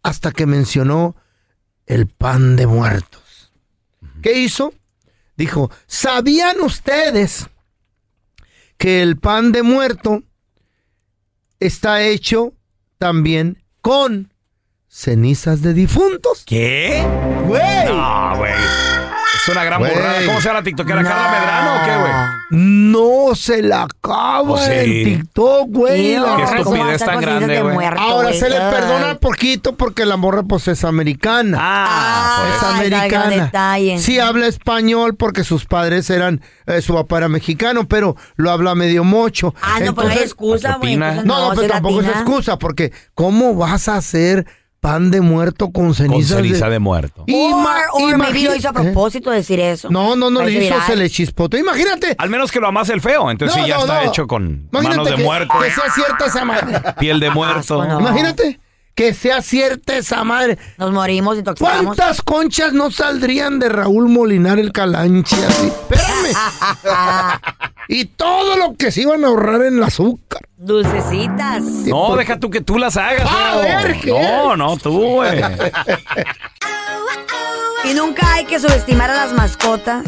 [SPEAKER 2] hasta que mencionó el pan de muertos. ¿Qué hizo? Dijo, ¿sabían ustedes que el pan de muerto está hecho también con cenizas de difuntos.
[SPEAKER 1] ¿Qué?
[SPEAKER 2] ¡Güey!
[SPEAKER 1] ¿Eh? No, güey. Es una gran
[SPEAKER 2] Güey.
[SPEAKER 1] borrada. ¿Cómo se llama la tiktokera? ¿Carla Medrano o qué, güey?
[SPEAKER 2] No se la acaba
[SPEAKER 1] Pues sí.
[SPEAKER 2] en TikTok, güey.
[SPEAKER 1] Qué
[SPEAKER 2] La
[SPEAKER 1] Qué
[SPEAKER 2] raza-
[SPEAKER 1] estupidez tan grande, güey.
[SPEAKER 2] Ahora se le
[SPEAKER 1] Ay.
[SPEAKER 2] perdona poquito porque la morra pues es americana.
[SPEAKER 1] Ah,
[SPEAKER 2] es
[SPEAKER 1] por eso.
[SPEAKER 3] Ay,
[SPEAKER 2] americana.
[SPEAKER 3] detalle.
[SPEAKER 2] Sí habla español porque sus padres eran, eh, su papá era mexicano, pero lo habla medio mocho.
[SPEAKER 3] Ah, no, pues no hay excusa, güey, entonces
[SPEAKER 2] No, no,
[SPEAKER 3] no,
[SPEAKER 2] pues
[SPEAKER 3] soy
[SPEAKER 2] tampoco es
[SPEAKER 3] latina.
[SPEAKER 2] excusa porque ¿cómo vas a hacer pan de muerto con
[SPEAKER 1] Con
[SPEAKER 2] ceniza?
[SPEAKER 1] ceniza de muerto.
[SPEAKER 3] Or- or maybe lo hizo a propósito
[SPEAKER 2] decir eso. No, no, no lo
[SPEAKER 3] Parece
[SPEAKER 2] hizo,
[SPEAKER 3] viral.
[SPEAKER 2] se le chispotó. Imagínate.
[SPEAKER 1] Al menos que lo amas el feo. Entonces
[SPEAKER 2] No,
[SPEAKER 1] sí, ya
[SPEAKER 2] no,
[SPEAKER 1] está
[SPEAKER 2] no.
[SPEAKER 1] hecho con
[SPEAKER 2] Imagínate
[SPEAKER 1] manos de
[SPEAKER 2] que-
[SPEAKER 1] muerto, eh.
[SPEAKER 2] Que sea cierta esa madre.
[SPEAKER 1] piel de muerto.
[SPEAKER 2] Imagínate que sea cierta esa madre.
[SPEAKER 3] Ah. Nos morimos intoxicados.
[SPEAKER 2] ¿Cuántas conchas no saldrían de Raúl Molinar el Calanche así? Espérame. y todo lo que se iban a ahorrar en el azúcar.
[SPEAKER 3] Dulcecitas.
[SPEAKER 1] No, deja tú que tú las hagas.
[SPEAKER 2] Ah,
[SPEAKER 3] A
[SPEAKER 1] feo.
[SPEAKER 3] ver, ¿qué?
[SPEAKER 1] no, no, tú, güey.
[SPEAKER 3] Y nunca hay que subestimar a las mascotas.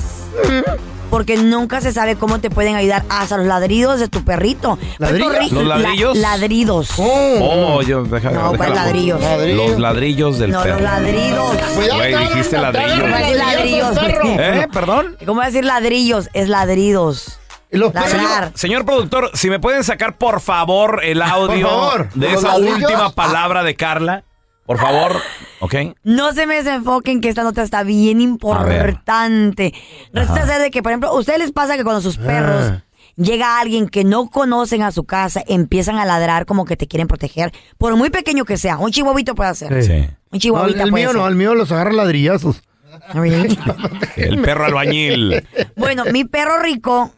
[SPEAKER 3] Porque nunca se sabe cómo te pueden ayudar hasta los ladridos de tu perrito.
[SPEAKER 1] ¿Ladrillos?
[SPEAKER 3] Pues,
[SPEAKER 1] ¿Los ladrillos?
[SPEAKER 3] la- ladridos.
[SPEAKER 1] Oh, yo, deja,
[SPEAKER 3] No, pues,
[SPEAKER 1] deja-
[SPEAKER 3] ¿cuál ladrillo? Ladrillo.
[SPEAKER 1] Los ladrillos del
[SPEAKER 3] No,
[SPEAKER 1] perro.
[SPEAKER 3] los ladridos.
[SPEAKER 1] Güey, dijiste ladrillo.
[SPEAKER 3] No es ladrillos, güey.
[SPEAKER 1] ¿Eh? ¿Perdón?
[SPEAKER 3] ¿Cómo va a decir ladrillos? Es ladridos. Ladrar.
[SPEAKER 1] Señor productor, si me pueden sacar por favor el audio
[SPEAKER 3] favor.
[SPEAKER 1] de
[SPEAKER 3] ¿Los
[SPEAKER 1] esa
[SPEAKER 3] ladrillos?
[SPEAKER 2] Ah.
[SPEAKER 1] última palabra de Carla. Por favor, ¿ok?
[SPEAKER 3] No se me desenfoquen que esta nota está bien importante. Resulta ser de que, por ejemplo, a ustedes les pasa que cuando sus
[SPEAKER 1] Ah.
[SPEAKER 3] perros llega alguien que no conocen a su casa, empiezan a ladrar como que te quieren proteger, por muy pequeño que sea. Un chihuahuito puede hacer.
[SPEAKER 2] Sí.
[SPEAKER 3] Un chihuahuita
[SPEAKER 2] No, el
[SPEAKER 3] puede
[SPEAKER 2] mío
[SPEAKER 3] ser. Ah,
[SPEAKER 2] no, el mío los agarra ladrillazos.
[SPEAKER 1] El perro albañil.
[SPEAKER 3] Bueno, mi perro rico,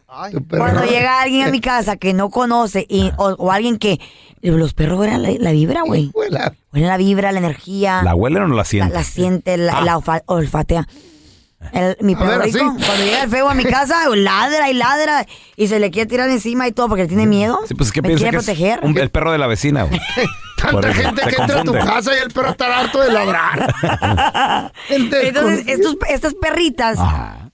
[SPEAKER 3] cuando llega alguien a mi casa que no conoce y- o, o alguien que... Los perros huelen la, la vibra, güey. Huelen la vibra, la energía.
[SPEAKER 1] ¿La huelen o no la sienten?
[SPEAKER 3] Ah. La, la siente, la, la olfa- olfatea. El- mi perro
[SPEAKER 1] ver,
[SPEAKER 3] rico,
[SPEAKER 1] así.
[SPEAKER 3] cuando llega el feo a mi casa, ladra y ladra y se le quiere tirar encima y todo porque le tiene miedo.
[SPEAKER 1] Sí, pues, ¿qué
[SPEAKER 3] me
[SPEAKER 1] piensa
[SPEAKER 3] quiere
[SPEAKER 1] que es
[SPEAKER 3] proteger.
[SPEAKER 1] un- el perro de la vecina, güey? Por
[SPEAKER 2] Tanta
[SPEAKER 1] eso,
[SPEAKER 2] gente
[SPEAKER 1] te
[SPEAKER 2] que entra a tu
[SPEAKER 1] confunde.
[SPEAKER 2] casa y el perro está harto de ladrar.
[SPEAKER 3] Entonces, estos, estas perritas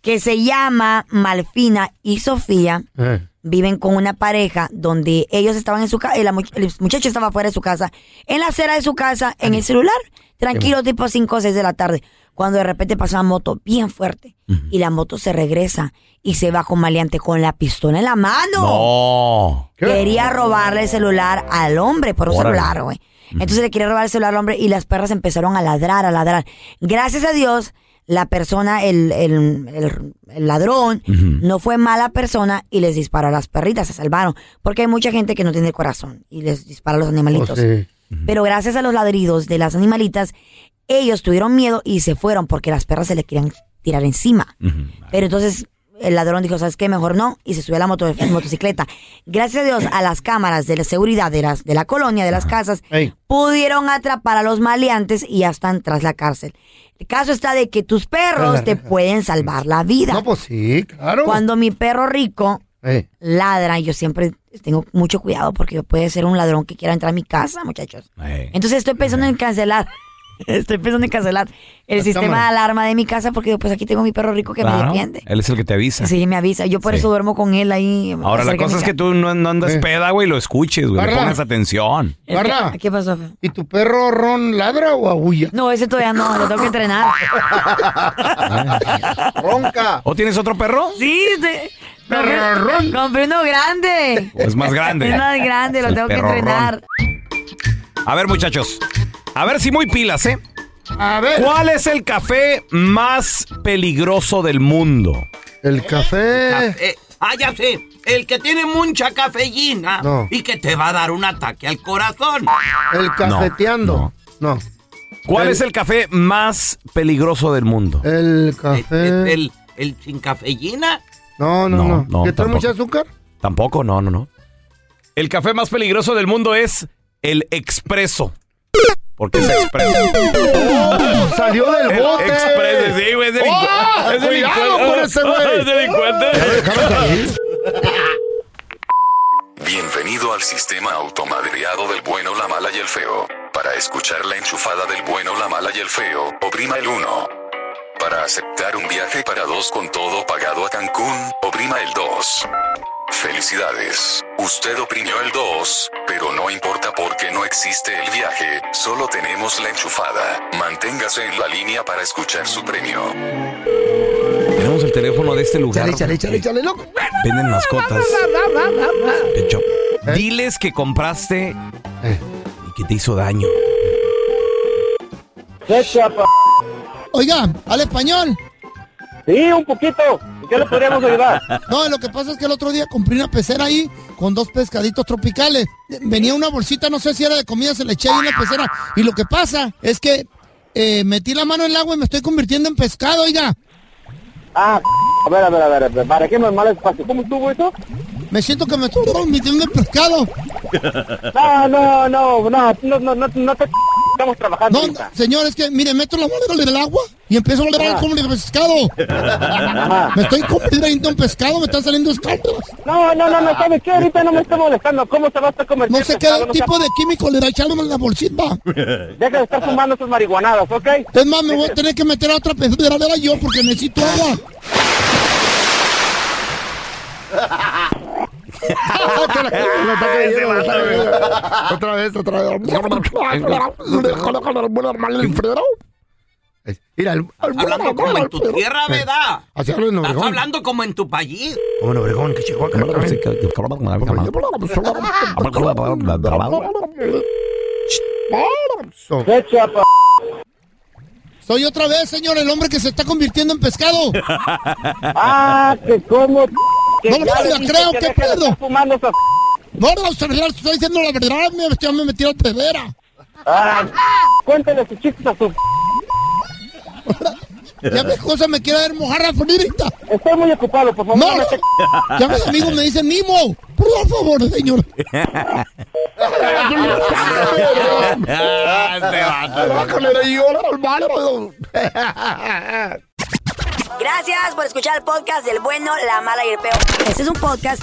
[SPEAKER 3] que se llama Malfina y Sofía
[SPEAKER 2] Eh.
[SPEAKER 3] viven con una pareja donde ellos estaban en su casa, el, much- el muchacho estaba fuera de su casa, en la acera de su casa, en el celular, tranquilo, tipo 5 o 6 de la tarde, cuando de repente pasa una moto bien fuerte y la moto se regresa y se va con maleante con la pistola en la mano.
[SPEAKER 1] No.
[SPEAKER 3] Quería robarle el celular al hombre por un
[SPEAKER 1] Órale.
[SPEAKER 3] celular, güey. Entonces le quería robar el celular al hombre y las perras empezaron a ladrar, a ladrar. Gracias a Dios, la persona, el, el- el- el ladrón, no fue mala persona y les disparó a las perritas, se salvaron. Porque hay mucha gente que no tiene corazón y les dispara a los animalitos.
[SPEAKER 2] Oh, pues
[SPEAKER 3] Pero gracias a los ladridos de las animalitas, ellos tuvieron miedo y se fueron porque las perras se les querían tirar encima. Pero entonces el ladrón dijo, ¿sabes qué? Mejor no. Y se subió a la moto- motocicleta. Gracias a Dios, a las cámaras de la seguridad de, las, de la colonia, de las casas, pudieron atrapar a los maleantes y ya están tras la cárcel. El caso está de que tus perros te pueden salvar la vida. No,
[SPEAKER 2] pues sí, claro.
[SPEAKER 3] Cuando mi perro rico
[SPEAKER 2] Eh.
[SPEAKER 3] ladra, yo siempre tengo mucho cuidado porque puede ser un ladrón que quiera entrar a mi casa, muchachos.
[SPEAKER 1] Eh.
[SPEAKER 3] Entonces estoy pensando en cancelar. Estoy pensando en cancelar el
[SPEAKER 1] Las
[SPEAKER 3] sistema
[SPEAKER 1] cámaras.
[SPEAKER 3] de alarma de mi casa porque pues aquí tengo mi perro rico que me
[SPEAKER 1] Claro,
[SPEAKER 3] defiende.
[SPEAKER 1] Él es el que te avisa.
[SPEAKER 3] Sí, me avisa. Yo por
[SPEAKER 1] Sí.
[SPEAKER 3] eso duermo con él ahí.
[SPEAKER 1] Ahora, la
[SPEAKER 3] cerca de
[SPEAKER 1] cosa
[SPEAKER 3] mi
[SPEAKER 1] es que
[SPEAKER 3] casa.
[SPEAKER 1] tú no, no andas peda, güey, y lo escuches, güey. Le
[SPEAKER 3] Carla.
[SPEAKER 1] pongas atención.
[SPEAKER 3] Es que- ¿Qué pasó, feo?
[SPEAKER 2] ¿Y tu perro Ron ladra o aúlla?
[SPEAKER 3] No, ese todavía no, lo tengo que entrenar.
[SPEAKER 2] Ronca.
[SPEAKER 1] ¿O tienes otro perro?
[SPEAKER 3] Sí, te... compré, compré uno grande.
[SPEAKER 1] ¿O es Pues más grande?
[SPEAKER 3] Es más grande, lo
[SPEAKER 1] El
[SPEAKER 3] tengo que
[SPEAKER 1] perro
[SPEAKER 3] entrenar.
[SPEAKER 1] A ver, muchachos. A ver si muy pilas, ¿eh?
[SPEAKER 2] A ver.
[SPEAKER 1] ¿Cuál es el café más peligroso del mundo?
[SPEAKER 2] El café.
[SPEAKER 9] Eh, ah, ya sé. El que tiene mucha cafeína
[SPEAKER 2] No.
[SPEAKER 9] y que te va a dar un ataque al corazón.
[SPEAKER 2] El cafeteando. No.
[SPEAKER 1] ¿Cuál
[SPEAKER 2] El-
[SPEAKER 1] es el café más peligroso del mundo? Eh,
[SPEAKER 2] El café.
[SPEAKER 9] El, el sin cafeína.
[SPEAKER 2] No, no, no.
[SPEAKER 1] no,
[SPEAKER 2] ¿Que trae
[SPEAKER 1] tampoco.
[SPEAKER 2] mucho azúcar?
[SPEAKER 1] Tampoco, no, no, no. El café más peligroso del mundo es el expreso. Porque es expreso.
[SPEAKER 2] ¡Oh! ¡Salió del
[SPEAKER 1] El
[SPEAKER 2] bote!
[SPEAKER 1] expreso, sí, güey, es delincu-
[SPEAKER 2] ¡Oh!
[SPEAKER 1] es delincu-
[SPEAKER 2] ¡Cuidado con ese güey!
[SPEAKER 1] Es delincuente.
[SPEAKER 15] Bienvenido al sistema automadreado del bueno, la mala y el feo. Para escuchar la enchufada del bueno, la mala y el feo, oprima el 1. Para aceptar un viaje para dos con todo pagado a Cancún, oprima el 2. Felicidades. Usted oprimió el 2, pero no importa porque no existe el viaje, solo tenemos la enchufada. Manténgase en la línea para escuchar su premio.
[SPEAKER 1] Tenemos el teléfono de este lugar.
[SPEAKER 2] Chale, chale, chale, chale, loco.
[SPEAKER 1] Venden mascotas.
[SPEAKER 2] Bla, bla, bla, bla.
[SPEAKER 1] Pet Shop.
[SPEAKER 2] Eh.
[SPEAKER 1] Diles que compraste y que te hizo daño.
[SPEAKER 2] Oiga, al español.
[SPEAKER 16] Sí, un poquito. ¿Qué le podríamos ayudar?
[SPEAKER 2] No, lo que pasa es que el otro día compré una pecera ahí con dos pescaditos tropicales. Venía una bolsita, no sé si era de comida, se le eché ahí en la pecera. Y lo que pasa es que eh, metí la mano en el agua y me estoy convirtiendo en pescado, oiga.
[SPEAKER 16] Ah, a ver, a ver, a ver, a ver, ¿para qué me males espacio? ¿Cómo estuvo eso?
[SPEAKER 2] Me siento que me estoy convirtiendo en pescado.
[SPEAKER 16] No, no, no, no, no, no, no, no te estamos trabajando.
[SPEAKER 2] No,
[SPEAKER 16] ahorita.
[SPEAKER 2] señor, es que, mire, meto la mano en el agua y empiezo a oler
[SPEAKER 16] Ah.
[SPEAKER 2] como de pescado.
[SPEAKER 16] Ajá.
[SPEAKER 2] Me estoy convirtiendo en pescado, me están saliendo escándalos.
[SPEAKER 16] No, no, no, no, ¿sabe qué? Ahorita no me está molestando. ¿Cómo se va a estar convirtiendo
[SPEAKER 2] No sé
[SPEAKER 16] en
[SPEAKER 2] qué
[SPEAKER 16] pescado? No
[SPEAKER 2] tipo de químico le echaron en la bolsita.
[SPEAKER 16] sea- Deja de estar fumando tus marihuanadas, ¿ok?
[SPEAKER 2] Es más, me voy a tener que meter a otra pedradera yo porque necesito agua. Otra vez, otra vez. Mira, el-
[SPEAKER 4] Hablando como en tu tierra, ¿verdad?
[SPEAKER 2] Eh. Así hablan en
[SPEAKER 4] Estás
[SPEAKER 2] Obregón.
[SPEAKER 4] hablando como en tu país.
[SPEAKER 2] Como en Obregón, que Chihuahua. Soy otra vez, señor, el hombre que se está convirtiendo en pescado.
[SPEAKER 16] Ah, que cómo... que
[SPEAKER 2] No,
[SPEAKER 16] ya
[SPEAKER 2] no
[SPEAKER 16] le
[SPEAKER 2] la
[SPEAKER 16] dije
[SPEAKER 2] creo,
[SPEAKER 16] que
[SPEAKER 2] qué
[SPEAKER 16] deje de estar
[SPEAKER 2] pedo.
[SPEAKER 16] fumando esas-
[SPEAKER 2] No, no, señor, estoy diciendo la verdad, me, ya me metí a la pedera.
[SPEAKER 16] Ah, cuéntale sus chistes a su...
[SPEAKER 2] Ya mi esposa me quiere ver mojar la frita.
[SPEAKER 16] Estoy muy ocupado, por favor.
[SPEAKER 2] No,
[SPEAKER 16] no
[SPEAKER 2] no. Ya mis amigos me dicen, Mimo, por favor, señor.
[SPEAKER 3] Gracias por escuchar el podcast del bueno, la mala y el peor. Este es un podcast